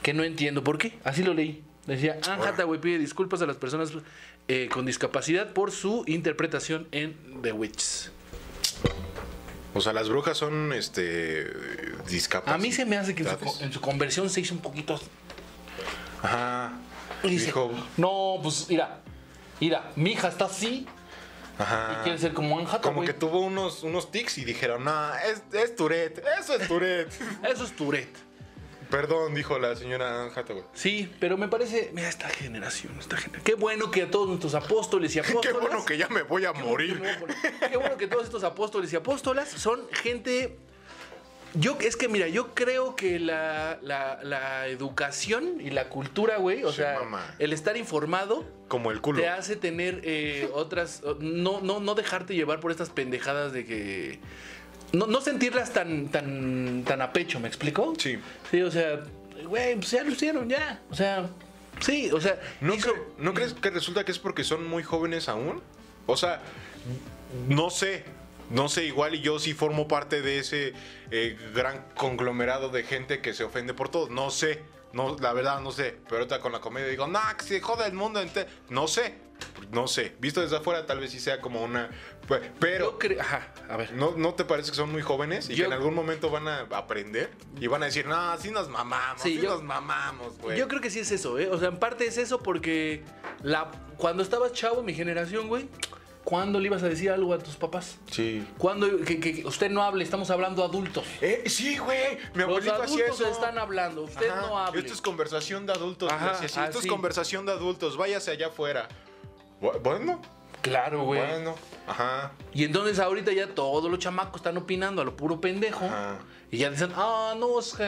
[SPEAKER 4] Que no entiendo por qué. Así lo leí. Decía, Anne
[SPEAKER 3] Ahora.
[SPEAKER 4] Hathaway pide disculpas a las personas eh, con discapacidad por su interpretación en The Witch.
[SPEAKER 3] O sea, las brujas son este
[SPEAKER 4] A
[SPEAKER 3] discapacitadas.
[SPEAKER 4] mí se me hace que en su, co- en su conversión se hizo un poquito
[SPEAKER 3] Ajá.
[SPEAKER 4] Y dice,
[SPEAKER 3] Dijo,
[SPEAKER 4] no, pues mira, mira, mi hija está así y
[SPEAKER 3] ajá.
[SPEAKER 4] quiere ser como Anne
[SPEAKER 3] Como
[SPEAKER 4] Hathaway.
[SPEAKER 3] que tuvo unos, unos tics y dijeron, no, es, es Tourette, eso es Tourette.
[SPEAKER 4] Eso es Tourette.
[SPEAKER 3] Perdón, dijo la señora Anne Hathaway.
[SPEAKER 4] Sí, pero me parece, mira, esta generación, esta generación. Qué bueno que a todos nuestros apóstoles y apóstolas.
[SPEAKER 3] Qué bueno que ya me voy a
[SPEAKER 4] Qué
[SPEAKER 3] morir.
[SPEAKER 4] bueno que- qué bueno que todos estos apóstoles y apóstolas son gente. Yo, es que mira, yo creo que la, la- la educación y la cultura, güey, o
[SPEAKER 3] Sí,
[SPEAKER 4] sea,
[SPEAKER 3] mamá.
[SPEAKER 4] el estar informado
[SPEAKER 3] Como el culo.
[SPEAKER 4] te hace tener eh, otras. No, no, no dejarte llevar por estas pendejadas de que. No, no sentirlas tan, tan, tan a pecho, ¿me explico?
[SPEAKER 3] Sí.
[SPEAKER 4] Sí, o sea, güey, pues ya lo hicieron, ya. O sea, sí, o sea.
[SPEAKER 3] ¿No,
[SPEAKER 4] hizo-
[SPEAKER 3] cre- ¿No crees que resulta que es porque son muy jóvenes aún? O sea, no sé. No sé, igual y yo sí formo parte de ese eh, gran conglomerado de gente que se ofende por todo. No sé. No, la verdad, no sé. Pero ahorita con la comedia digo, no, que se joda el mundo entero. No sé. No sé. Visto desde afuera, tal vez sí sea como una. pe- Pero.
[SPEAKER 4] yo cre- Ajá, a ver.
[SPEAKER 3] ¿No, ¿No te parece que son muy jóvenes y
[SPEAKER 4] Yo-
[SPEAKER 3] que en algún momento van a aprender? Y van a decir, no, así nos mamamos,
[SPEAKER 4] Sí,
[SPEAKER 3] sí,
[SPEAKER 4] yo-
[SPEAKER 3] nos mamamos, güey.
[SPEAKER 4] Yo creo que sí es eso, ¿eh? O sea, en parte es eso porque la, cuando estabas chavo, mi generación, güey, ¿cuándo le ibas a decir algo a tus papás?
[SPEAKER 3] Sí.
[SPEAKER 4] ¿Cuándo? Que, que- que usted no hable, estamos hablando adultos.
[SPEAKER 3] Eh, sí, güey. Mi
[SPEAKER 4] Los
[SPEAKER 3] abuelito hacía
[SPEAKER 4] adultos
[SPEAKER 3] eso.
[SPEAKER 4] están hablando, usted
[SPEAKER 3] Ajá,
[SPEAKER 4] no hable.
[SPEAKER 3] Esto es conversación de adultos.
[SPEAKER 4] Ajá,
[SPEAKER 3] decía, sí, esto
[SPEAKER 4] así.
[SPEAKER 3] es conversación de adultos. Váyase allá afuera. Bu- Bueno,
[SPEAKER 4] Claro, güey.
[SPEAKER 3] bueno. Ajá.
[SPEAKER 4] Y entonces ahorita ya todos los chamacos están opinando a lo puro pendejo.
[SPEAKER 3] Ajá.
[SPEAKER 4] Y ya dicen, ah, no, es que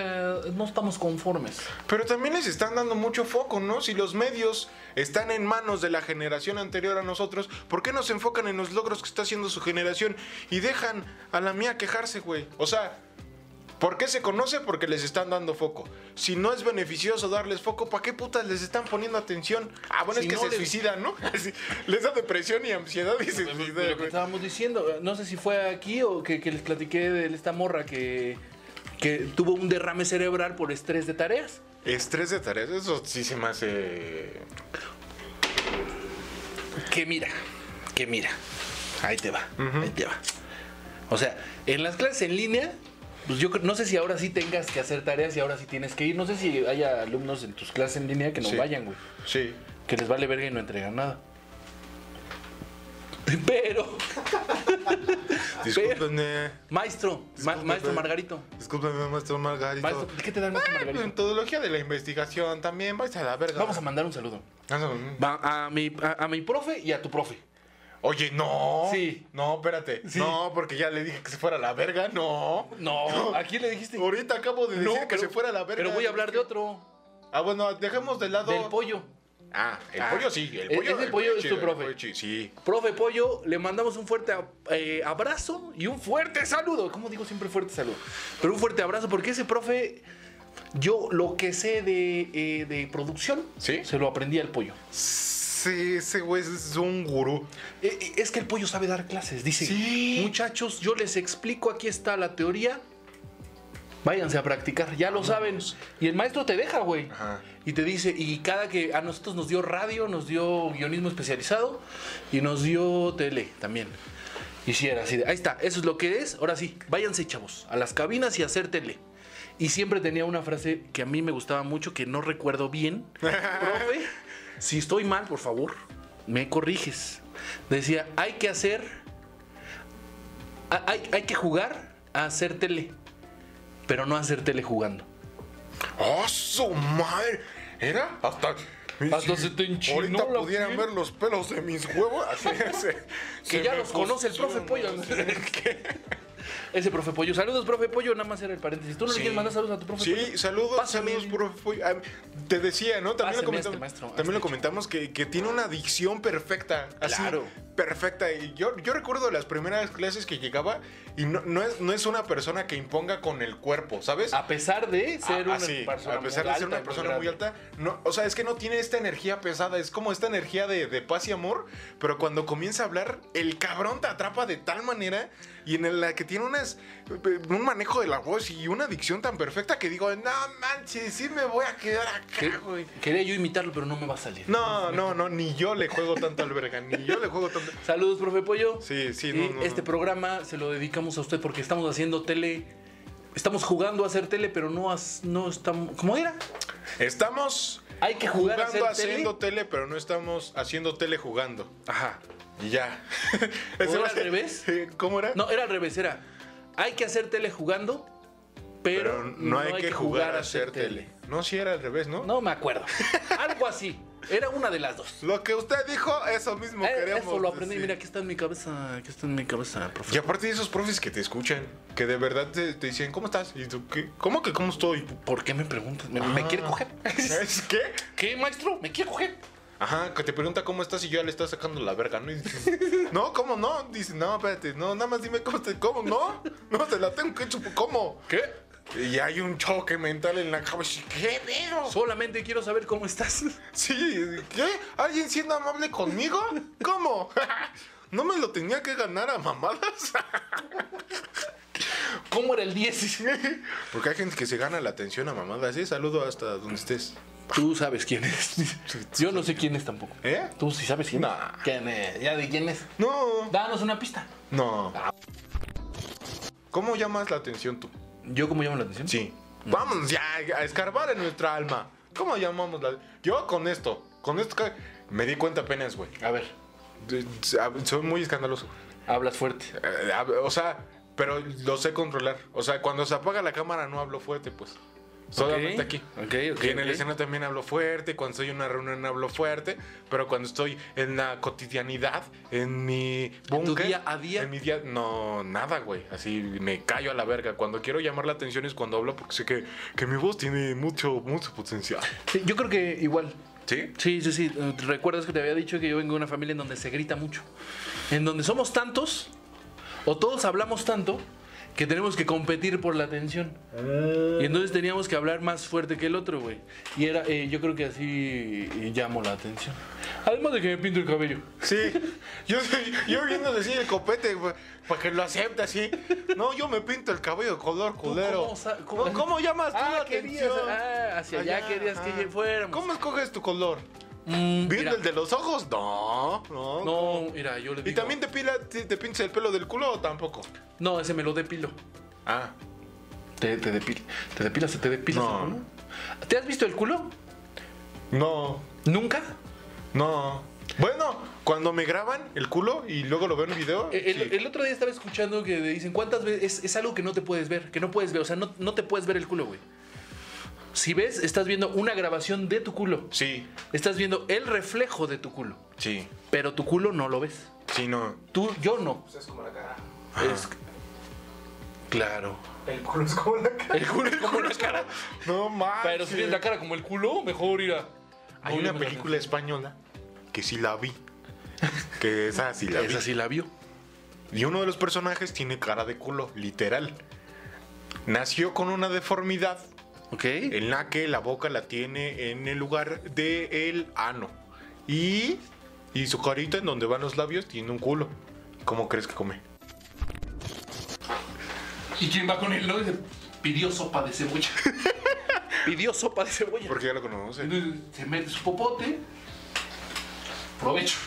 [SPEAKER 4] no estamos conformes.
[SPEAKER 3] Pero también les están dando mucho foco, ¿no? Si los medios están en manos de la generación anterior a nosotros, ¿por qué no se enfocan en los logros que está haciendo su generación y dejan a la mía quejarse, güey? O sea, ¿por qué se conoce? Porque les están dando foco. Si no es beneficioso darles foco, ¿para qué putas les están poniendo atención? Ah, bueno,
[SPEAKER 4] Si
[SPEAKER 3] es que
[SPEAKER 4] no
[SPEAKER 3] se
[SPEAKER 4] les-
[SPEAKER 3] suicidan, ¿no? Así, les da depresión y ansiedad y se
[SPEAKER 4] Lo
[SPEAKER 3] suicidan,
[SPEAKER 4] que
[SPEAKER 3] güey.
[SPEAKER 4] estábamos diciendo, eh, no sé si fue aquí o que, que les platiqué de esta morra que, que tuvo un derrame cerebral por estrés de tareas.
[SPEAKER 3] Estrés de tareas, eso sí se me hace...
[SPEAKER 4] Que mira, que mira. Ahí te va, ahí te va. O sea, en las clases en línea, pues yo creo- no sé si ahora sí tengas que hacer tareas y ahora sí tienes que ir. No sé si haya alumnos en tus clases en línea que no
[SPEAKER 3] Sí.
[SPEAKER 4] vayan, güey.
[SPEAKER 3] Sí.
[SPEAKER 4] que les vale verga y no entregan nada. Pero,
[SPEAKER 3] Discúlpenme.
[SPEAKER 4] maestro, ma-
[SPEAKER 3] Discúlpeme.
[SPEAKER 4] maestro Margarito.
[SPEAKER 3] Discúlpeme, maestro Margarito.
[SPEAKER 4] Maestro, ¿Qué te dan, maestro
[SPEAKER 3] La
[SPEAKER 4] Margarito?
[SPEAKER 3] metodología de la investigación también, vais a la verga. Ah,
[SPEAKER 4] Vamos a mandar un saludo.
[SPEAKER 3] Vamos a-
[SPEAKER 4] Va- a, mi, a, a mi profe y a tu profe.
[SPEAKER 3] Oye, no.
[SPEAKER 4] Sí.
[SPEAKER 3] No, espérate.
[SPEAKER 4] Sí.
[SPEAKER 3] No, porque ya le dije que se fuera a la verga. No.
[SPEAKER 4] No, ¿a quién le dijiste?
[SPEAKER 3] Ahorita acabo de decir
[SPEAKER 4] No,
[SPEAKER 3] que se fuera a la verga.
[SPEAKER 4] Pero voy a hablar de otro,
[SPEAKER 3] Ah, bueno, dejemos de lado.
[SPEAKER 4] del pollo.
[SPEAKER 3] Ah, el
[SPEAKER 4] Ah.
[SPEAKER 3] pollo sí. El
[SPEAKER 4] E-
[SPEAKER 3] pollo,
[SPEAKER 4] ese pollo es
[SPEAKER 3] chido,
[SPEAKER 4] tu
[SPEAKER 3] el
[SPEAKER 4] profe.
[SPEAKER 3] pollo chido, Sí.
[SPEAKER 4] Profe Pollo, le mandamos un fuerte eh, abrazo y un fuerte saludo. ¿Cómo digo siempre fuerte saludo? Pero un fuerte abrazo porque ese profe Yo lo que sé de, eh, de producción,
[SPEAKER 3] ¿Sí?
[SPEAKER 4] se lo aprendí al pollo.
[SPEAKER 3] Sí, ese güey es un gurú.
[SPEAKER 4] Eh, eh, Es que el pollo sabe dar clases. Dice,
[SPEAKER 3] Sí.
[SPEAKER 4] muchachos, yo les explico, aquí está la teoría. Váyanse a practicar, ya lo saben. Y el maestro te deja, güey.
[SPEAKER 3] pues. Ajá.
[SPEAKER 4] Y te dice, y cada que a nosotros nos dio radio, nos dio guionismo especializado y nos dio tele también. Y si era así, de, ahí está, eso es lo que es. Ahora sí, váyanse, chavos, a las cabinas y a hacer tele. Y siempre tenía una frase que a mí me gustaba mucho, que no recuerdo bien. Profe, si estoy mal, por favor, me corriges. Decía, hay que hacer, hay, hay que jugar a hacer tele, pero no a hacer tele jugando.
[SPEAKER 3] ¡Oh, su madre! Era hasta.
[SPEAKER 4] Hasta se te enchinó
[SPEAKER 3] Ahorita
[SPEAKER 4] la
[SPEAKER 3] pudieran
[SPEAKER 4] piel.
[SPEAKER 3] ver los pelos de mis huevos. Así se-
[SPEAKER 4] Que
[SPEAKER 3] se
[SPEAKER 4] ya
[SPEAKER 3] me
[SPEAKER 4] los conoce el profe
[SPEAKER 3] pusieron,
[SPEAKER 4] Pollo. Ese profe Pollo. Saludos, profe Pollo. Nada más era el paréntesis. ¿Tú no
[SPEAKER 3] Sí.
[SPEAKER 4] le quieres mandar saludos a tu profe Pollo?
[SPEAKER 3] Sí, saludos,
[SPEAKER 4] Pásame
[SPEAKER 3] saludos,
[SPEAKER 4] el-
[SPEAKER 3] profe. Pollo. Ah, Te decía, ¿no? También
[SPEAKER 4] Pásame
[SPEAKER 3] lo comentamos,
[SPEAKER 4] este, maestro,
[SPEAKER 3] también
[SPEAKER 4] hazte
[SPEAKER 3] lo
[SPEAKER 4] hecho.
[SPEAKER 3] comentamos que, que tiene una adicción perfecta. así,
[SPEAKER 4] Claro.
[SPEAKER 3] Perfecta. Y yo, yo recuerdo las primeras clases que llegaba y no, no, es, no es una persona que imponga con el cuerpo, ¿sabes?
[SPEAKER 4] A pesar de ser
[SPEAKER 3] Ah,
[SPEAKER 4] una
[SPEAKER 3] ah, sí,
[SPEAKER 4] persona
[SPEAKER 3] a pesar
[SPEAKER 4] muy
[SPEAKER 3] de ser
[SPEAKER 4] alta,
[SPEAKER 3] una persona muy
[SPEAKER 4] grande.
[SPEAKER 3] alta, no, o sea, es que no tiene esta energía pesada, es como esta energía de, de paz y amor, pero cuando comienza a hablar, el cabrón te atrapa de tal manera y en la que tiene unas, un manejo de la voz y una dicción tan perfecta que digo, no manches, sí me voy a quedar
[SPEAKER 4] Que-
[SPEAKER 3] acá, Ah, güey.
[SPEAKER 4] Quería yo imitarlo, pero no me va a salir.
[SPEAKER 3] No, no, no, ni yo le juego tanto al verga, ni yo le juego tanto.
[SPEAKER 4] Saludos, profe Pollo.
[SPEAKER 3] Sí, sí,
[SPEAKER 4] Y
[SPEAKER 3] no, no,
[SPEAKER 4] Este
[SPEAKER 3] no.
[SPEAKER 4] programa se lo dedicamos a usted porque estamos haciendo tele. Estamos jugando a hacer tele, pero no, as- no estamos. ¿Cómo era?
[SPEAKER 3] Estamos
[SPEAKER 4] Hay que jugar
[SPEAKER 3] jugando
[SPEAKER 4] a hacer
[SPEAKER 3] haciendo
[SPEAKER 4] tele.
[SPEAKER 3] tele, pero no estamos haciendo tele jugando.
[SPEAKER 4] Ajá.
[SPEAKER 3] Y ya.
[SPEAKER 4] ¿O
[SPEAKER 3] va
[SPEAKER 4] era
[SPEAKER 3] a
[SPEAKER 4] al
[SPEAKER 3] ser-
[SPEAKER 4] revés?
[SPEAKER 3] ¿Cómo era?
[SPEAKER 4] No, era al revés, era. Hay que hacer tele jugando, pero,
[SPEAKER 3] Pero no hay que jugar a hacer tele. No, si era al revés, ¿no?
[SPEAKER 4] No me acuerdo. Algo así. Era una de las dos.
[SPEAKER 3] Lo que usted dijo, eso mismo
[SPEAKER 4] Eh,
[SPEAKER 3] queremos.
[SPEAKER 4] Eso lo aprendí.
[SPEAKER 3] decir.
[SPEAKER 4] Mira, aquí está en mi cabeza. Aquí está en mi cabeza, profe.
[SPEAKER 3] Y aparte de esos profes que te escuchan, que de verdad te, te dicen, ¿cómo estás? Y tú, ¿qué? ¿Cómo que cómo estoy?
[SPEAKER 4] ¿Por qué me preguntas? ¿Me,
[SPEAKER 3] Ah.
[SPEAKER 4] me quiere coger?
[SPEAKER 3] ¿Es qué?
[SPEAKER 4] ¿Qué, maestro? ¿Me quiere coger?
[SPEAKER 3] Ajá, que te pregunta cómo estás y yo ya le estás sacando la verga, ¿no? Y dices, no, ¿cómo no? Dice, no, espérate, no, nada más dime cómo te, ¿cómo no? No, te la tengo que chupar, ¿cómo?
[SPEAKER 4] ¿Qué?
[SPEAKER 3] Y hay un choque mental en la cabeza, ¿qué pedo?
[SPEAKER 4] Solamente quiero saber cómo estás.
[SPEAKER 3] Sí, ¿qué? ¿Alguien siendo amable conmigo? ¿Cómo? ¿No me lo tenía que ganar a mamadas?
[SPEAKER 4] ¿Cómo era el 10?
[SPEAKER 3] Porque hay gente que se gana la atención a mamadas, ¿eh? Saludo hasta donde estés.
[SPEAKER 4] Tú sabes quién es. Yo no sé quién es tampoco.
[SPEAKER 3] ¿Eh?
[SPEAKER 4] ¿Tú sí sabes quién es?
[SPEAKER 3] Nah.
[SPEAKER 4] ¿Quién es? ¿Ya de quién es?
[SPEAKER 3] No,
[SPEAKER 4] Danos una pista.
[SPEAKER 3] no. ¿Cómo llamas la atención tú?
[SPEAKER 4] ¿Yo cómo llamo la atención?
[SPEAKER 3] Sí. Vamos ya a escarbar en nuestra alma. ¿Cómo llamamos la... Yo con esto, con esto que- Me di cuenta apenas, güey.
[SPEAKER 4] A ver,
[SPEAKER 3] Soy muy escandaloso.
[SPEAKER 4] hablas fuerte.
[SPEAKER 3] Eh, hab- O sea, pero lo sé controlar. O sea, cuando se apaga la cámara no hablo fuerte, pues. Solamente aquí.
[SPEAKER 4] Ok, ok,
[SPEAKER 3] Y en el
[SPEAKER 4] ok.
[SPEAKER 3] escenario también hablo fuerte, cuando estoy en una reunión hablo fuerte, pero cuando estoy en la cotidianidad, en mi búnker,
[SPEAKER 4] día a día?
[SPEAKER 3] en mi día, no, nada, güey, así me callo a la verga. Cuando quiero llamar la atención es cuando hablo porque sé que, que mi voz tiene mucho, mucho potencial.
[SPEAKER 4] Sí, yo creo que igual.
[SPEAKER 3] ¿Sí?
[SPEAKER 4] Sí, sí, sí. ¿Recuerdas que te había dicho que yo vengo de una familia en donde se grita mucho? En donde somos tantos, o todos hablamos tanto, que tenemos que competir por la atención. Y entonces teníamos que hablar más fuerte que el otro, güey. Y era, eh, yo creo que así eh, llamo la atención. Además de que me pinto el cabello.
[SPEAKER 3] Sí, yo, yo viendo así el copete, güey, para que lo acepte así. No, yo me pinto el cabello de color culero.
[SPEAKER 4] cómo sa- cómo-
[SPEAKER 3] No, ¿Cómo llamas tú
[SPEAKER 4] Ah,
[SPEAKER 3] la
[SPEAKER 4] querías-
[SPEAKER 3] atención?
[SPEAKER 4] ah, hacia allá querías que
[SPEAKER 3] ajá.
[SPEAKER 4] fuéramos.
[SPEAKER 3] ¿Cómo escoges tu color?
[SPEAKER 4] Mm,
[SPEAKER 3] ¿Viendo
[SPEAKER 4] mira,
[SPEAKER 3] el de los ojos? No, no.
[SPEAKER 4] No, mira, yo le
[SPEAKER 3] ¿Y
[SPEAKER 4] digo.
[SPEAKER 3] también te, pila, te, te pintas el pelo del culo o tampoco?
[SPEAKER 4] No, ese me lo depilo.
[SPEAKER 3] Ah,
[SPEAKER 4] Te, te, depil- te depilas, te depilas
[SPEAKER 3] No.
[SPEAKER 4] el culo. ¿Te has visto el culo?
[SPEAKER 3] no,
[SPEAKER 4] ¿Nunca?
[SPEAKER 3] no. Bueno, cuando me graban el culo y luego lo veo en video.
[SPEAKER 4] Eh, El,
[SPEAKER 3] sí.
[SPEAKER 4] el otro día estaba escuchando que dicen cuántas veces. Es, es algo que no te puedes ver, que no puedes ver. O sea, no, no te puedes ver el culo, güey. Si ves, estás viendo una grabación de tu culo.
[SPEAKER 3] sí,
[SPEAKER 4] Estás viendo el reflejo de tu culo.
[SPEAKER 3] sí,
[SPEAKER 4] Pero tu culo no lo ves.
[SPEAKER 3] sí, no.
[SPEAKER 4] Tú, yo no.
[SPEAKER 5] Pues es como la cara.
[SPEAKER 4] Es- Claro.
[SPEAKER 5] El culo es como la cara.
[SPEAKER 4] El culo es como la cara.
[SPEAKER 3] No más.
[SPEAKER 4] Pero si tienes la cara como el culo, mejor ir a.
[SPEAKER 3] Hay una película española que sí la vi. Que esa sí la vi.
[SPEAKER 4] Esa sí la vio.
[SPEAKER 3] Y uno de los personajes tiene cara de culo, literal. Nació con una deformidad
[SPEAKER 4] ¿Ok?
[SPEAKER 3] El naque, la boca la tiene en el lugar de el ano. Y, y su carita en donde van los labios tiene un culo. ¿Cómo crees que come?
[SPEAKER 6] ¿Y quién va con él? No? Y dice, Pidió sopa de cebolla.
[SPEAKER 4] Pidió sopa de cebolla.
[SPEAKER 3] Porque ya lo ¿eh? conoce.
[SPEAKER 6] Entonces, se mete su popote. Provecho.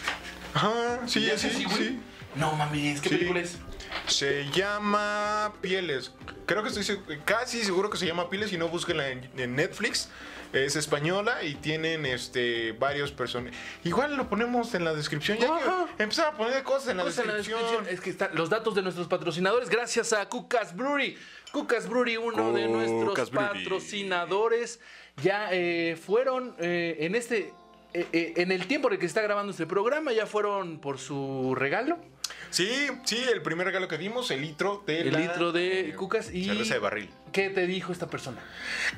[SPEAKER 3] Ajá, Ah, sí,
[SPEAKER 6] Y hace así,
[SPEAKER 3] sí, sí.
[SPEAKER 6] güey. No mames, ¿qué
[SPEAKER 3] Sí.
[SPEAKER 6] película es?
[SPEAKER 3] Se llama Pieles. Creo que estoy seg- casi seguro que se llama Pieles y no búsquenla en, en Netflix. Es española y tienen este varios personajes. Igual lo ponemos en la descripción. Ya
[SPEAKER 4] Ajá.
[SPEAKER 3] que empezar a poner cosas en la
[SPEAKER 4] Pues en la
[SPEAKER 3] descripción.
[SPEAKER 4] descripción es que están los datos de nuestros patrocinadores gracias a Cucas Brewery. Cucas Brewery, uno de nuestros
[SPEAKER 2] Cucas Brewery.
[SPEAKER 4] patrocinadores, ya eh, fueron eh, en este eh, eh, en el tiempo en el que se está grabando este programa ya fueron por su regalo,
[SPEAKER 3] Sí, sí, el primer regalo que dimos, el litro de
[SPEAKER 4] el
[SPEAKER 3] la,
[SPEAKER 4] litro de
[SPEAKER 3] eh,
[SPEAKER 4] Cucas y
[SPEAKER 3] cerveza de barril.
[SPEAKER 4] ¿Qué te dijo esta persona?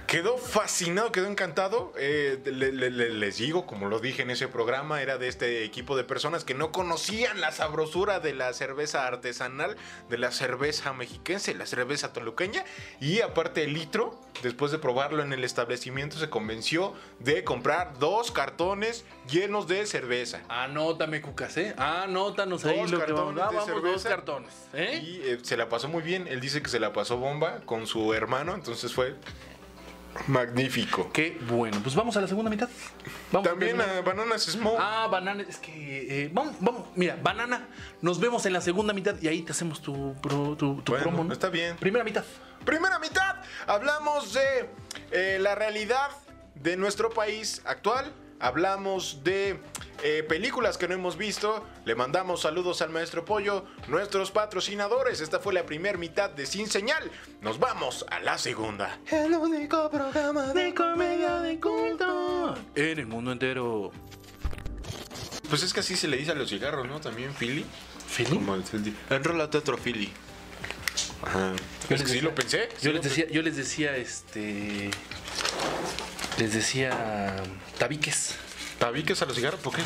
[SPEAKER 3] Quedó fascinado, quedó encantado. Eh, le- le- le- les digo, como lo dije en ese programa, era de este equipo de personas que no conocían la sabrosura de la cerveza artesanal, de la cerveza mexiquense, la cerveza toluqueña. Y aparte el litro, después de probarlo en el establecimiento, se convenció de comprar dos cartones llenos de cerveza.
[SPEAKER 4] Anótame Cucas, ¿eh? Anótanos
[SPEAKER 3] Dos
[SPEAKER 4] ahí lo que vamos,
[SPEAKER 3] cartones
[SPEAKER 4] ah,
[SPEAKER 3] de
[SPEAKER 4] vamos, dos
[SPEAKER 3] cerveza.
[SPEAKER 4] cartones, ¿eh?
[SPEAKER 3] Y eh, se la pasó muy bien. Él dice que se la pasó bomba con su hermano, entonces fue magnífico.
[SPEAKER 4] Qué bueno, pues vamos a la segunda mitad. Vamos a
[SPEAKER 3] También
[SPEAKER 4] terminar.
[SPEAKER 3] a Bananas Smoke.
[SPEAKER 4] Ah, banana, es que. eh, vamos, vamos, mira, banana, nos vemos en la segunda mitad y ahí te hacemos tu, pro- tu, tu
[SPEAKER 3] Bueno,
[SPEAKER 4] promo, ¿no?
[SPEAKER 3] está bien.
[SPEAKER 4] Primera mitad.
[SPEAKER 3] Primera mitad, hablamos de eh, la realidad de nuestro país actual. Hablamos de eh, películas que no hemos visto. Le mandamos saludos al maestro Pollo, nuestros patrocinadores. Esta fue la primera mitad de Sin Señal. Nos vamos a la segunda.
[SPEAKER 1] El único programa de comedia de
[SPEAKER 4] culto. En el mundo entero.
[SPEAKER 3] Pues es que así se le dice a los cigarros, ¿no? También Philly.
[SPEAKER 4] ¿Fili?
[SPEAKER 3] Como el- Enrólate otro Philly. Ajá.
[SPEAKER 4] Yo
[SPEAKER 3] Es
[SPEAKER 4] les
[SPEAKER 3] que sí
[SPEAKER 4] decía-
[SPEAKER 3] lo pensé. sí
[SPEAKER 4] Yo
[SPEAKER 3] lo
[SPEAKER 4] les
[SPEAKER 3] pensé.
[SPEAKER 4] decía, yo les decía, este. Les decía. um, Tabiques.
[SPEAKER 3] ¿Tabiques a los cigarros? ¿Por qué?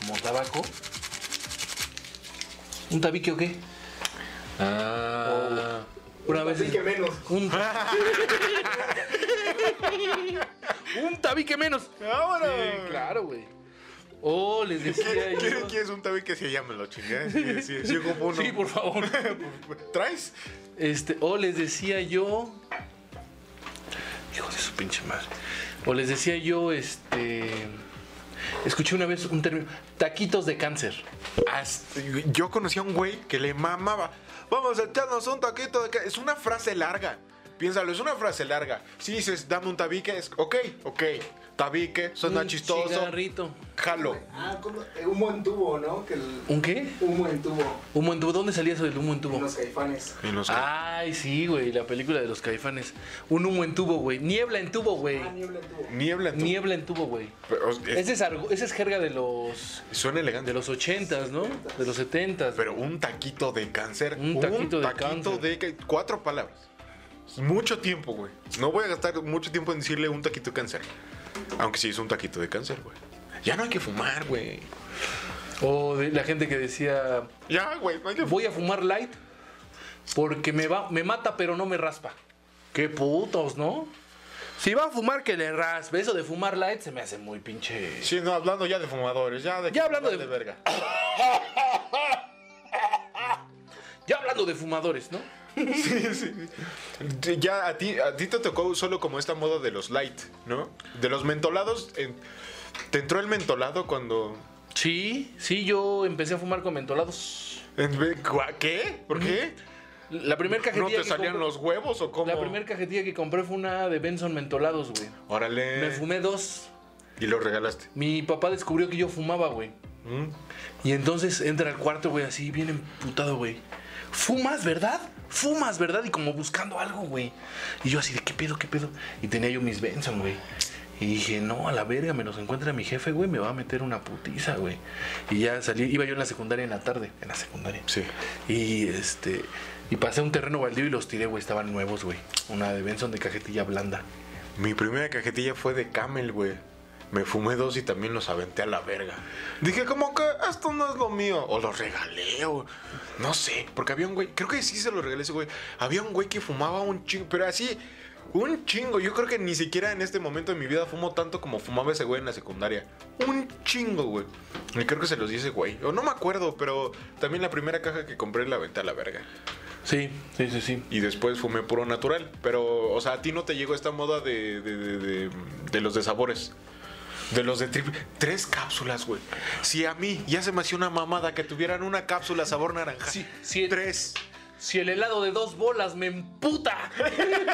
[SPEAKER 4] Como tabaco. ¿Un tabique o qué?
[SPEAKER 3] Ah.
[SPEAKER 4] Una vez.
[SPEAKER 5] Así que menos.
[SPEAKER 4] Un, un tabique menos.
[SPEAKER 3] ¡Vámonos!
[SPEAKER 4] Sí, claro, güey. Oh, les decía
[SPEAKER 3] ¿Quieres,
[SPEAKER 4] yo.
[SPEAKER 3] quieres un tabique que se llame lo chingue? Sí, sí, sí, ocupo uno.
[SPEAKER 4] Sí, por favor.
[SPEAKER 3] ¿Traes?
[SPEAKER 4] Este, o les decía yo. Hijo de su pinche madre. O les decía yo, este. Escuché una vez un término. Taquitos de cáncer.
[SPEAKER 3] Hasta- yo conocí a un güey que le mamaba. Vamos a echarnos un taquito de ca-". Es una frase larga. Piénsalo, es una frase larga. Si dices, dame un tabique, es ok, ok. Tabique, suena
[SPEAKER 4] Un
[SPEAKER 3] chistoso.
[SPEAKER 4] Cigarrito.
[SPEAKER 3] Jalo.
[SPEAKER 5] Ah, como eh, humo en tubo, ¿no? Que el
[SPEAKER 4] ¿Un qué?
[SPEAKER 5] humo en tubo.
[SPEAKER 4] Humo en tubo. ¿Dónde salía eso del humo en
[SPEAKER 5] Y
[SPEAKER 4] tubo?
[SPEAKER 5] los caifanes.
[SPEAKER 3] Y no sé.
[SPEAKER 4] Ay, sí, güey. La película de los caifanes. Un humo en tubo, güey. Niebla en tubo, güey.
[SPEAKER 5] Ah, niebla en tubo.
[SPEAKER 3] Niebla en tu-
[SPEAKER 4] Niebla en tubo, güey.
[SPEAKER 3] Pero, es-
[SPEAKER 4] Ese es, argo- esa es jerga de los.
[SPEAKER 3] Suena elegante.
[SPEAKER 4] De los ochentas, ¿no? De los setentas.
[SPEAKER 3] Pero un taquito de cáncer.
[SPEAKER 4] Un taquito de cáncer.
[SPEAKER 3] de ca- Cuatro palabras. Mucho tiempo, güey. No voy a gastar mucho tiempo en decirle un taquito de cáncer. Aunque sí es un taquito de cáncer, güey. Ya no hay que fumar, güey.
[SPEAKER 4] O de la gente que decía,
[SPEAKER 3] Ya, güey, no hay que fumar.
[SPEAKER 4] voy a fumar light porque me, va, me mata pero no me raspa. Qué putos, ¿no? Si va a fumar que le raspe. Eso de fumar light se me hace muy pinche...
[SPEAKER 3] Sí, no, hablando ya de fumadores, ya de...
[SPEAKER 4] Ya hablando de-
[SPEAKER 3] verga.
[SPEAKER 4] Ya hablando de fumadores, ¿no?
[SPEAKER 3] Sí, sí. Sí, Ya a ti, a ti te tocó solo como esta moda de los light, ¿no? De los mentolados, en- ¿te entró el mentolado cuando...
[SPEAKER 4] Sí, sí, yo empecé a fumar con mentolados.
[SPEAKER 3] en vez- ¿Cuá- ¿Qué? ¿Por qué?
[SPEAKER 4] La primera
[SPEAKER 3] ¿No
[SPEAKER 4] cajetilla,
[SPEAKER 3] te
[SPEAKER 4] que
[SPEAKER 3] salían
[SPEAKER 4] compré-
[SPEAKER 3] los huevos o cómo?
[SPEAKER 4] la primera cajetilla que compré fue una de Benson mentolados, güey.
[SPEAKER 3] Órale.
[SPEAKER 4] Me fumé dos.
[SPEAKER 3] Y lo regalaste.
[SPEAKER 4] Mi papá descubrió que yo fumaba, güey.
[SPEAKER 3] Mm.
[SPEAKER 4] Y entonces entra al cuarto, güey, así, bien emputado, güey. ¿Fumas, verdad? ¿Fumas, verdad? Y como buscando algo, güey. Y yo así de, ¿qué pedo, qué pedo? Y tenía yo mis Benson, güey. Y dije, no, a la verga, me los encuentra mi jefe, güey, me va a meter una putiza, güey. Y ya salí, iba yo en la secundaria en la tarde, en la secundaria.
[SPEAKER 3] Sí.
[SPEAKER 4] Y este, y pasé a un terreno baldío y los tiré, güey, estaban nuevos, güey. Una de Benson de cajetilla blanda.
[SPEAKER 3] Mi primera cajetilla fue de Camel, güey. Me fumé dos y también los aventé a la verga. Dije, como que esto no es lo mío. O los regalé, o no sé. Porque había un güey, creo que sí se los regalé a ese güey. Había un güey que fumaba un chingo, pero así, Un chingo. Yo creo que ni siquiera en este momento de mi vida fumo tanto como fumaba ese güey en la secundaria. Un chingo, güey. Y creo que se los dice, güey. O no me acuerdo, pero también la primera caja que compré la aventé a la verga.
[SPEAKER 4] Sí, sí, sí, sí.
[SPEAKER 3] Y después fumé puro natural. Pero, o sea, a ti no te llegó esta moda de, de, de, de, de los de sabores. De los de triple. Tres cápsulas, güey. Si a mí ya se me hacía una mamada que tuvieran una cápsula sabor naranja.
[SPEAKER 4] Sí, sí.
[SPEAKER 3] Tres.
[SPEAKER 4] Si el helado de dos bolas me emputa.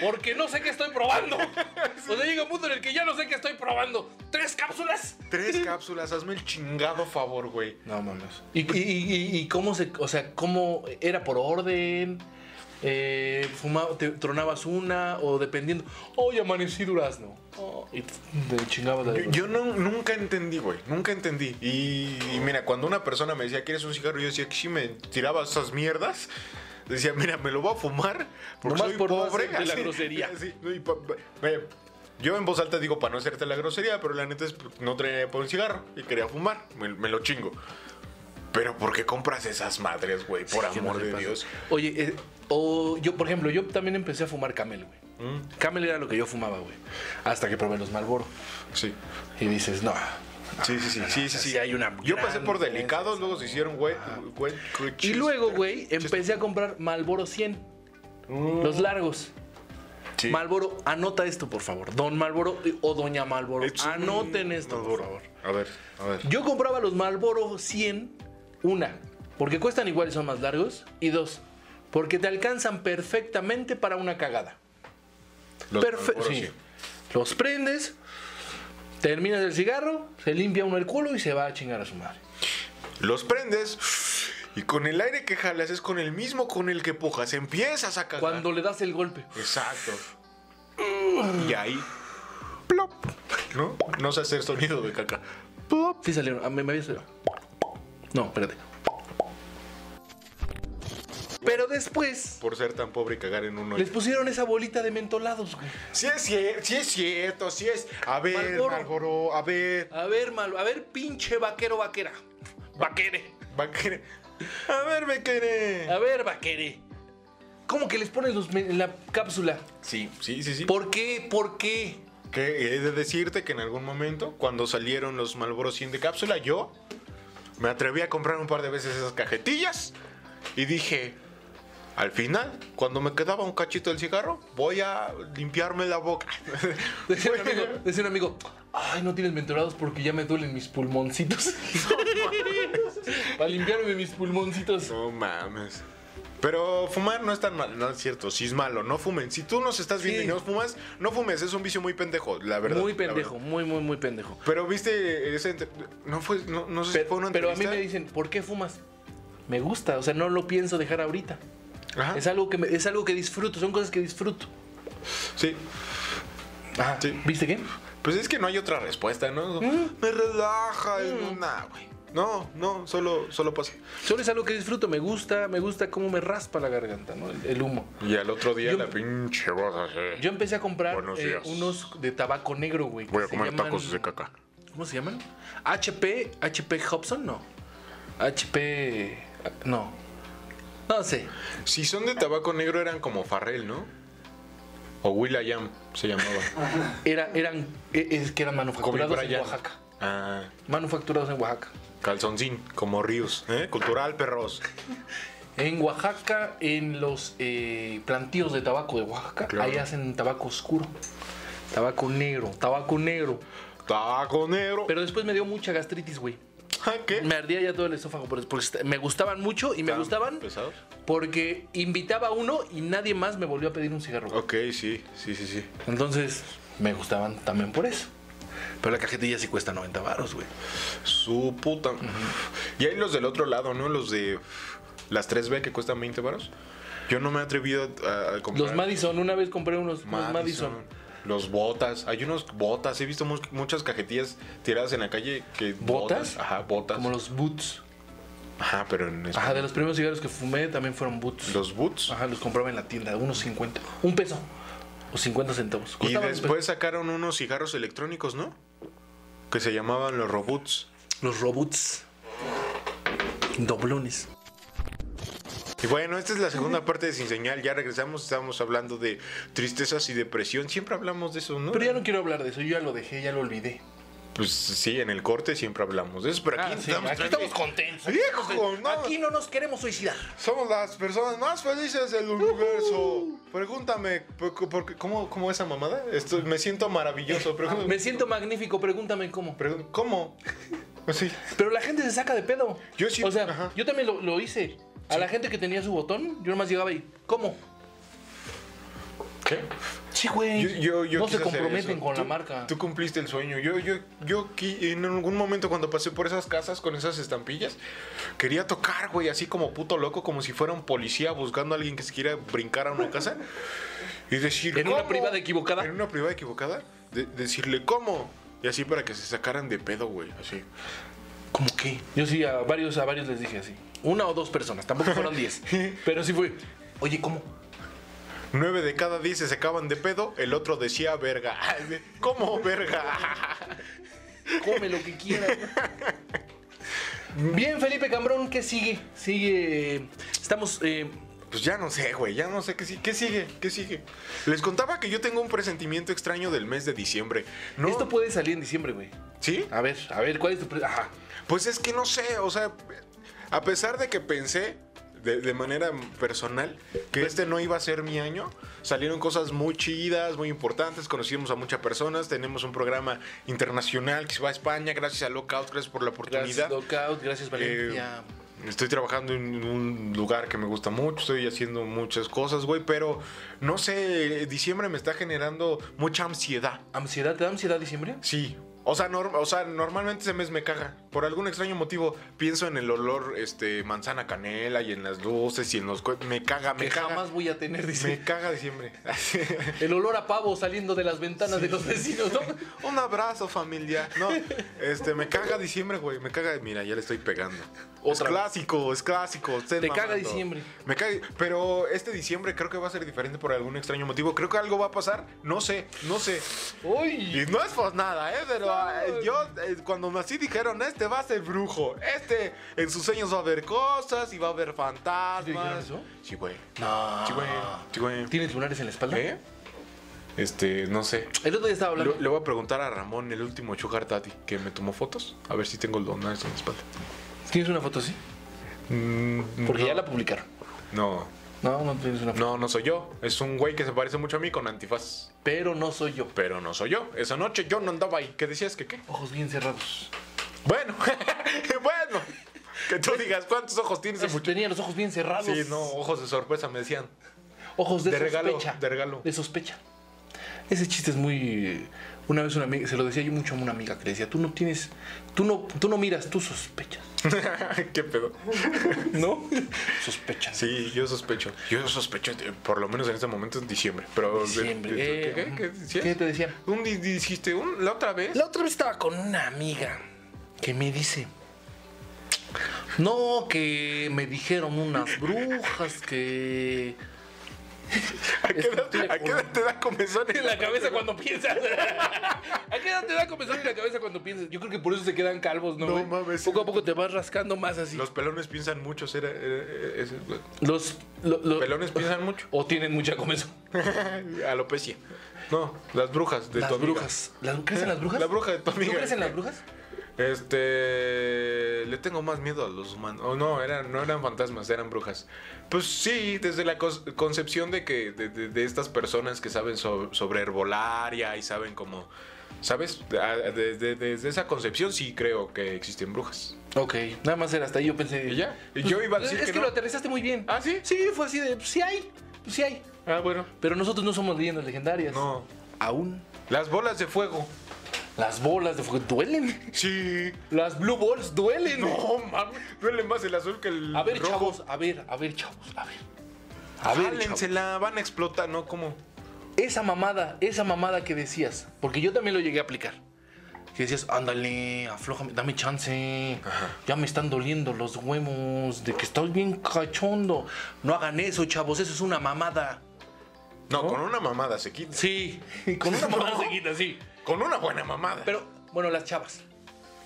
[SPEAKER 4] Porque no sé qué estoy probando. O sea, llega un punto en el que ya no sé qué estoy probando. ¿Tres cápsulas?
[SPEAKER 3] Tres cápsulas. Hazme el chingado favor, güey.
[SPEAKER 4] No mames. ¿Y, y, y- y cómo se. O sea, cómo era por orden? Eh, fuma- te tronabas una o dependiendo. Hoy amanecí durazno. Oh, y te chingabas la de
[SPEAKER 3] Yo, yo no- nunca entendí, güey. Nunca entendí. Y, y mira, cuando una persona me decía, ¿quieres un cigarro? Yo decía que si me tiraba esas mierdas. Decía, mira, me lo voy a fumar porque
[SPEAKER 4] Nomás
[SPEAKER 3] soy
[SPEAKER 4] por no
[SPEAKER 3] pobre.
[SPEAKER 4] hacerte la grosería.
[SPEAKER 3] así, no, y pa- pa- ve, yo en voz alta digo para no hacerte la grosería, pero la neta es pues, no traía por un cigarro y quería fumar. Me, me lo chingo. Pero ¿por qué compras esas madres, güey? Por
[SPEAKER 4] Sí,
[SPEAKER 3] amor
[SPEAKER 4] no sé,
[SPEAKER 3] de
[SPEAKER 4] pasa.
[SPEAKER 3] Dios.
[SPEAKER 4] Oye, eh, o yo, por ejemplo, yo también empecé a fumar Camel, güey.
[SPEAKER 3] Mm.
[SPEAKER 4] Camel era lo que yo fumaba, güey. Hasta que probé los Malboro.
[SPEAKER 3] Sí.
[SPEAKER 4] Y dices, no. Ah,
[SPEAKER 3] Sí, sí, sí, sí, sí,
[SPEAKER 4] sea,
[SPEAKER 3] sí.
[SPEAKER 4] sí hay una
[SPEAKER 3] Yo pasé
[SPEAKER 4] gran
[SPEAKER 3] por
[SPEAKER 4] diferencia,
[SPEAKER 3] delicados, luego se hicieron, güey. güey, güey,
[SPEAKER 4] Y
[SPEAKER 3] chis-
[SPEAKER 4] luego, güey, empecé a comprar Malboro 100. Los largos.
[SPEAKER 3] Sí.
[SPEAKER 4] Malboro, anota esto, por favor. Don Malboro o Doña Malboro.
[SPEAKER 3] Es un
[SPEAKER 4] Anoten esto, por
[SPEAKER 3] Malboro.
[SPEAKER 4] favor.
[SPEAKER 3] A ver, a ver.
[SPEAKER 4] Yo compraba los Malboro 100, una, porque cuestan igual y son más largos, y dos, porque te alcanzan perfectamente para una cagada.
[SPEAKER 3] Los
[SPEAKER 4] Perfecto.
[SPEAKER 3] Marlboro, sí.
[SPEAKER 4] Los prendes, terminas el cigarro, se limpia uno el culo y se va a chingar a su madre.
[SPEAKER 3] Los prendes y con el aire que jalas es con el mismo con el que pujas. Empiezas a cagar.
[SPEAKER 4] Cuando le das el golpe.
[SPEAKER 3] Exacto. Y ahí. Plop. ¿No? No sé hacer sonido de caca. Plop.
[SPEAKER 4] Sí salieron. ah, Me, me había salido. No, espérate. Pero después
[SPEAKER 3] Por ser tan pobre y cagar en un hoyo.
[SPEAKER 4] les pusieron esa bolita de mentolados, güey.
[SPEAKER 3] Sí es cierto, sí es cierto, sí es. A ver,
[SPEAKER 4] Marlboro.
[SPEAKER 3] Marlboro, a ver.
[SPEAKER 4] A ver, malo, a ver, pinche vaquero vaquera. Vaquere.
[SPEAKER 3] Vaquere. A ver, Vaquere.
[SPEAKER 4] A ver, vaquere. ¿Cómo que les pones los men- en la cápsula?
[SPEAKER 3] Sí, sí, sí, sí.
[SPEAKER 4] ¿Por qué? ¿Por qué?
[SPEAKER 3] Que he de decirte que en algún momento, cuando salieron los Malboro 100 de cápsula, yo me atreví a comprar un par de veces esas cajetillas y dije, al final, cuando me quedaba un cachito del cigarro, voy a limpiarme la boca.
[SPEAKER 4] Decía un amigo, decía un amigo, ay, no tienes mentolados porque ya me duelen mis pulmoncitos. Para limpiarme mis pulmoncitos.
[SPEAKER 3] no mames. Pero fumar no es tan mal, no es cierto, sí es malo, no fumen. Si tú nos estás viendo
[SPEAKER 4] Sí.
[SPEAKER 3] y no fumas, no fumes, es un vicio muy pendejo, la verdad.
[SPEAKER 4] muy
[SPEAKER 3] la
[SPEAKER 4] pendejo,
[SPEAKER 3] verdad.
[SPEAKER 4] muy, muy, muy pendejo.
[SPEAKER 3] Pero viste, ese ente- no fue, no, no sé si fue
[SPEAKER 4] Pero,
[SPEAKER 3] una
[SPEAKER 4] pero a mí me
[SPEAKER 3] entrevista.
[SPEAKER 4] dicen, ¿por qué fumas? Me gusta, o sea, no lo pienso dejar ahorita.
[SPEAKER 3] Ajá,
[SPEAKER 4] Es algo que me- es algo que disfruto, son cosas que disfruto.
[SPEAKER 3] sí.
[SPEAKER 4] Ajá.
[SPEAKER 3] Sí.
[SPEAKER 4] ¿Viste qué?
[SPEAKER 3] Pues es que no hay otra respuesta, ¿no?
[SPEAKER 4] Mm.
[SPEAKER 3] Me relaja el nah, güey. No, no, solo, solo pasa.
[SPEAKER 4] Solo es algo que disfruto, me gusta, me gusta cómo me raspa la garganta, ¿no? El, el humo.
[SPEAKER 3] Y al otro día
[SPEAKER 4] Yo-
[SPEAKER 3] la pinche voz así.
[SPEAKER 4] Yo empecé a comprar
[SPEAKER 3] Buenos
[SPEAKER 4] eh,
[SPEAKER 3] días.
[SPEAKER 4] unos de tabaco negro, güey. que
[SPEAKER 3] Voy a
[SPEAKER 4] se
[SPEAKER 3] comer
[SPEAKER 4] llaman-
[SPEAKER 3] tacos de caca.
[SPEAKER 4] ¿Cómo se llaman? HP, HP Hobson, no. HP, no. No sé.
[SPEAKER 3] Si son de tabaco negro eran como Farrell, ¿no? O Will.i.am se llamaba.
[SPEAKER 4] Era, eran, eh, es que eran
[SPEAKER 3] Kobe
[SPEAKER 4] manufacturados Ah, en
[SPEAKER 3] Bryant.
[SPEAKER 4] Oaxaca.
[SPEAKER 3] Ah,
[SPEAKER 4] Manufacturados en Oaxaca.
[SPEAKER 3] calzoncín, como Ríos. ¿eh? Cultural, perros.
[SPEAKER 4] En Oaxaca, en los eh, plantíos de tabaco de Oaxaca,
[SPEAKER 3] Claro.
[SPEAKER 4] ahí hacen tabaco oscuro, tabaco negro, tabaco negro.
[SPEAKER 3] Taco negro.
[SPEAKER 4] Pero después me dio mucha gastritis, güey.
[SPEAKER 3] Ah, ¿Qué?
[SPEAKER 4] Me ardía ya todo el esófago por- porque est- me gustaban mucho y me
[SPEAKER 3] ¿Tan
[SPEAKER 4] gustaban
[SPEAKER 3] pesados?
[SPEAKER 4] porque invitaba a uno y nadie más me volvió a pedir un cigarro.
[SPEAKER 3] Ok, sí, sí, sí, sí.
[SPEAKER 4] Entonces, me gustaban también por eso. Pero la cajetilla sí cuesta 90 varos, güey.
[SPEAKER 3] Su puta. Y hay los del otro lado, ¿no? Los de las 3B que cuestan 20 varos. Yo no me he atrevido a, a comprar.
[SPEAKER 4] Los Madison, una vez compré unos unos Madison.
[SPEAKER 3] Los botas. Hay unos botas. He visto mu- muchas cajetillas tiradas en la calle que...
[SPEAKER 4] ¿Botas?
[SPEAKER 3] Ajá, botas.
[SPEAKER 4] como los Boots.
[SPEAKER 3] Ajá, pero en
[SPEAKER 4] Ajá,
[SPEAKER 3] español.
[SPEAKER 4] de los primeros cigarros que fumé también fueron Boots.
[SPEAKER 3] Los boots.
[SPEAKER 4] Ajá, los compraba en la tienda, unos 50. Un peso. O 50 centavos.
[SPEAKER 3] Y
[SPEAKER 4] Costaban un
[SPEAKER 3] después sacaron unos cigarros electrónicos, ¿no? Que se llamaban los robots.
[SPEAKER 4] peso. Los robots. Doblones.
[SPEAKER 3] Y bueno, esta es la segunda parte de Sin Señal. Ya regresamos, estábamos hablando de tristezas y depresión. Siempre hablamos de eso, ¿no?
[SPEAKER 4] Pero ya no quiero hablar de eso, yo ya lo dejé, ya lo olvidé.
[SPEAKER 3] Pues sí, en el corte siempre hablamos de eso. Pero aquí,
[SPEAKER 4] Ah, sí,
[SPEAKER 3] estamos,
[SPEAKER 4] aquí
[SPEAKER 3] tranqui-
[SPEAKER 4] estamos contentos. aquí
[SPEAKER 3] Viejo,
[SPEAKER 4] estamos-
[SPEAKER 3] no.
[SPEAKER 4] Aquí no nos queremos suicidar.
[SPEAKER 3] Somos las personas más felices del universo. Pregúntame, ¿por- por qué- ¿cómo, cómo esa mamada? Esto, me siento maravilloso. Pregúntame.
[SPEAKER 4] Me siento magnífico, pregúntame cómo.
[SPEAKER 3] Pregú- ¿Cómo? Sí.
[SPEAKER 4] Pero la gente se saca de pedo.
[SPEAKER 3] Yo sí,
[SPEAKER 4] O sea,
[SPEAKER 3] ajá.
[SPEAKER 4] yo también lo, lo hice. A la gente que tenía su botón, yo nomás llegaba y, ¿cómo?
[SPEAKER 3] ¿Qué?
[SPEAKER 4] Sí, güey.
[SPEAKER 3] Yo, yo, yo
[SPEAKER 4] no se
[SPEAKER 3] quise hacer
[SPEAKER 4] comprometen
[SPEAKER 3] eso.
[SPEAKER 4] con la
[SPEAKER 3] Tú-
[SPEAKER 4] marca.
[SPEAKER 3] Tú cumpliste el sueño. Yo, yo, yo qui- en algún momento cuando pasé por esas casas con esas estampillas, quería tocar, güey, así como puto loco, como si fuera un policía buscando a alguien que se quiera brincar a una casa. Y decir,
[SPEAKER 4] ¿En una
[SPEAKER 3] "¿Cómo?".
[SPEAKER 4] privada equivocada?
[SPEAKER 3] En una privada equivocada. de- decirle, ¿cómo? Y así para que se sacaran de pedo, güey. Así.
[SPEAKER 4] ¿Cómo qué? Yo sí a varios, a varios les dije así. Una o dos personas, tampoco fueron diez. pero sí fue, oye, ¿cómo?
[SPEAKER 3] Nueve de cada diez se sacaban de pedo, el otro decía verga. ¿Cómo verga?
[SPEAKER 4] Come lo que quieras. ¿no? Bien, Felipe Cambrón, ¿qué sigue? Sigue. Estamos. eh,
[SPEAKER 3] Pues ya no sé, güey, ya no sé qué, si- qué sigue, qué sigue. Les contaba que yo tengo un presentimiento extraño del mes de diciembre. ¿No?
[SPEAKER 4] Esto puede salir en diciembre, güey.
[SPEAKER 3] ¿Sí?
[SPEAKER 4] A ver, a ver, ¿cuál es tu. pre- Ajá.
[SPEAKER 3] Pues es que no sé, o sea, a pesar de que pensé de, de manera personal que este no iba a ser mi año, salieron cosas muy chidas, muy importantes, conocimos a muchas personas, tenemos un programa internacional que se va a España, gracias a Lockout, gracias por la oportunidad.
[SPEAKER 4] Gracias, Knockout, gracias, Valencia.
[SPEAKER 3] Eh, estoy trabajando en un lugar que me gusta mucho, estoy haciendo muchas cosas, güey, pero no sé, eh, diciembre me está generando mucha ansiedad.
[SPEAKER 4] ¿Ansiedad? ¿Te da ansiedad diciembre?
[SPEAKER 3] Sí. O sea, norm- o sea, normalmente ese mes me caga. Por algún extraño motivo pienso en el olor este manzana canela y en las luces y en los cue- me caga, me
[SPEAKER 4] que
[SPEAKER 3] caga.
[SPEAKER 4] jamás voy a tener,
[SPEAKER 3] me
[SPEAKER 4] dice.
[SPEAKER 3] caga diciembre.
[SPEAKER 4] El olor a pavo saliendo de las ventanas de los vecinos, ¿no?
[SPEAKER 3] Un abrazo, familia. No, este, me caga diciembre, güey. Me caga. Mira, ya le estoy pegando. es
[SPEAKER 4] Otra vez.
[SPEAKER 3] clásico, es clásico. estén
[SPEAKER 4] Te caga
[SPEAKER 3] mamando.
[SPEAKER 4] diciembre.
[SPEAKER 3] Me caga. Pero este diciembre creo que va a ser diferente por algún extraño motivo. Creo que algo va a pasar. No sé, no sé.
[SPEAKER 4] ¡Uy!
[SPEAKER 3] Y no es por nada, ¿eh? Pero eh, yo, eh, cuando nací, dijeron: Este va a ser brujo. Este, en sus sueños va a haber cosas y va a haber
[SPEAKER 4] ¿Sí te dijeron
[SPEAKER 3] fantasmas.
[SPEAKER 4] eso?
[SPEAKER 3] Sí, güey.
[SPEAKER 4] No.
[SPEAKER 3] Sí, güey. Sí, güey.
[SPEAKER 4] ¿Tienes lunares en la espalda?
[SPEAKER 3] ¿Eh? Este, no sé.
[SPEAKER 4] El otro día estaba hablando.
[SPEAKER 3] Le, le voy a preguntar a Ramón, el último Sugar Daddy, que me tomó fotos. A ver si tengo el lunares en la espalda.
[SPEAKER 4] ¿Tienes una foto así?
[SPEAKER 3] Mm,
[SPEAKER 4] Porque
[SPEAKER 3] no,
[SPEAKER 4] ya la publicaron.
[SPEAKER 3] No,
[SPEAKER 4] No, no tienes una foto.
[SPEAKER 3] no, no soy yo. Es un güey que se parece mucho a mí con antifaz.
[SPEAKER 4] Pero no soy yo.
[SPEAKER 3] Pero no soy yo. Esa noche yo no andaba ahí. ¿Qué decías que qué?
[SPEAKER 4] Ojos bien cerrados.
[SPEAKER 3] Bueno, bueno. Que tú digas, ¿cuántos ojos tienes ese muchacho?
[SPEAKER 4] Tenía los ojos bien cerrados.
[SPEAKER 3] Sí, no, ojos de sorpresa me decían.
[SPEAKER 4] Ojos de,
[SPEAKER 3] De regalo,
[SPEAKER 4] sospecha.
[SPEAKER 3] de regalo.
[SPEAKER 4] De sospecha. Ese chiste es muy. Una vez una amiga, se lo decía yo mucho a una amiga que le decía, tú no tienes, tú no, tú no miras, tú sospechas.
[SPEAKER 3] ¿Qué pedo?
[SPEAKER 4] ¿No? Sospechas.
[SPEAKER 3] Sí, yo sospecho. Yo sospecho, eh, por lo menos en este momento en diciembre. Pero
[SPEAKER 4] Diciembre.
[SPEAKER 3] ¿Qué,
[SPEAKER 4] Eh,
[SPEAKER 3] qué, qué
[SPEAKER 4] ujú.
[SPEAKER 3] decías?
[SPEAKER 4] ¿Qué te decía?
[SPEAKER 3] Un, di- dijiste, un, la otra vez.
[SPEAKER 4] La otra vez estaba con una amiga que me dice, no, que me dijeron unas brujas que...
[SPEAKER 3] ¿A qué edad,
[SPEAKER 4] Estoy de
[SPEAKER 3] a qué edad te da comezón
[SPEAKER 4] En la cabeza cuando piensas. ¿A qué edad te da comezón en la cabeza cuando piensas? Yo creo que por eso se quedan calvos, ¿no?
[SPEAKER 3] No
[SPEAKER 4] güey?
[SPEAKER 3] mames.
[SPEAKER 4] Poco a poco te vas rascando más así.
[SPEAKER 3] Los pelones piensan mucho, era,
[SPEAKER 4] Los, lo- lo-
[SPEAKER 3] pelones piensan mucho.
[SPEAKER 4] O tienen mucha comezón.
[SPEAKER 3] Alopecia. No, las brujas de
[SPEAKER 4] Las
[SPEAKER 3] tu amiga.
[SPEAKER 4] brujas. ¿Las- ¿Crees en las brujas?
[SPEAKER 3] La bruja de tu amiga.
[SPEAKER 4] ¿Tú crees en las brujas?
[SPEAKER 3] Este. Le tengo más miedo a los humanos. Oh, no, eran, no eran fantasmas, eran brujas. Pues sí, desde la cos- concepción de que. De, de- de estas personas que saben so- sobre herbolaria y saben cómo. ¿Sabes? Ah, de- de- desde esa concepción sí creo que existen brujas.
[SPEAKER 4] Ok, nada más era hasta ahí, yo pensé.
[SPEAKER 3] ¿Y ya? Yo iba a decir
[SPEAKER 4] Es
[SPEAKER 3] que
[SPEAKER 4] que,
[SPEAKER 3] no.
[SPEAKER 4] lo aterrizaste muy bien.
[SPEAKER 3] ¿Ah, sí?
[SPEAKER 4] Sí, fue así de. pues, Sí hay, pues, sí hay.
[SPEAKER 3] Ah, bueno.
[SPEAKER 4] Pero nosotros no somos leyendas legendarias.
[SPEAKER 3] No.
[SPEAKER 4] Aún.
[SPEAKER 3] Las bolas de fuego.
[SPEAKER 4] Las bolas de fuego duelen.
[SPEAKER 3] Sí.
[SPEAKER 4] Las blue balls duelen.
[SPEAKER 3] No, mames. Duele más el azul que el.
[SPEAKER 4] A ver,
[SPEAKER 3] rojo.
[SPEAKER 4] chavos, a ver, a ver, chavos, a ver. A ver, chavos.
[SPEAKER 3] Jálensela, van a explotar, ¿no? ¿Cómo?
[SPEAKER 4] Esa mamada, esa mamada que decías, porque yo también lo llegué a aplicar. Que decías, ándale, aflójame, dame chance. Ya me están doliendo los huevos, de que estoy bien cachondo. No hagan eso, chavos, eso es una mamada.
[SPEAKER 3] No, con una mamada se quita.
[SPEAKER 4] Sí, con una mamada se quita, sí.
[SPEAKER 3] Con una buena mamada.
[SPEAKER 4] Pero, bueno, las chavas,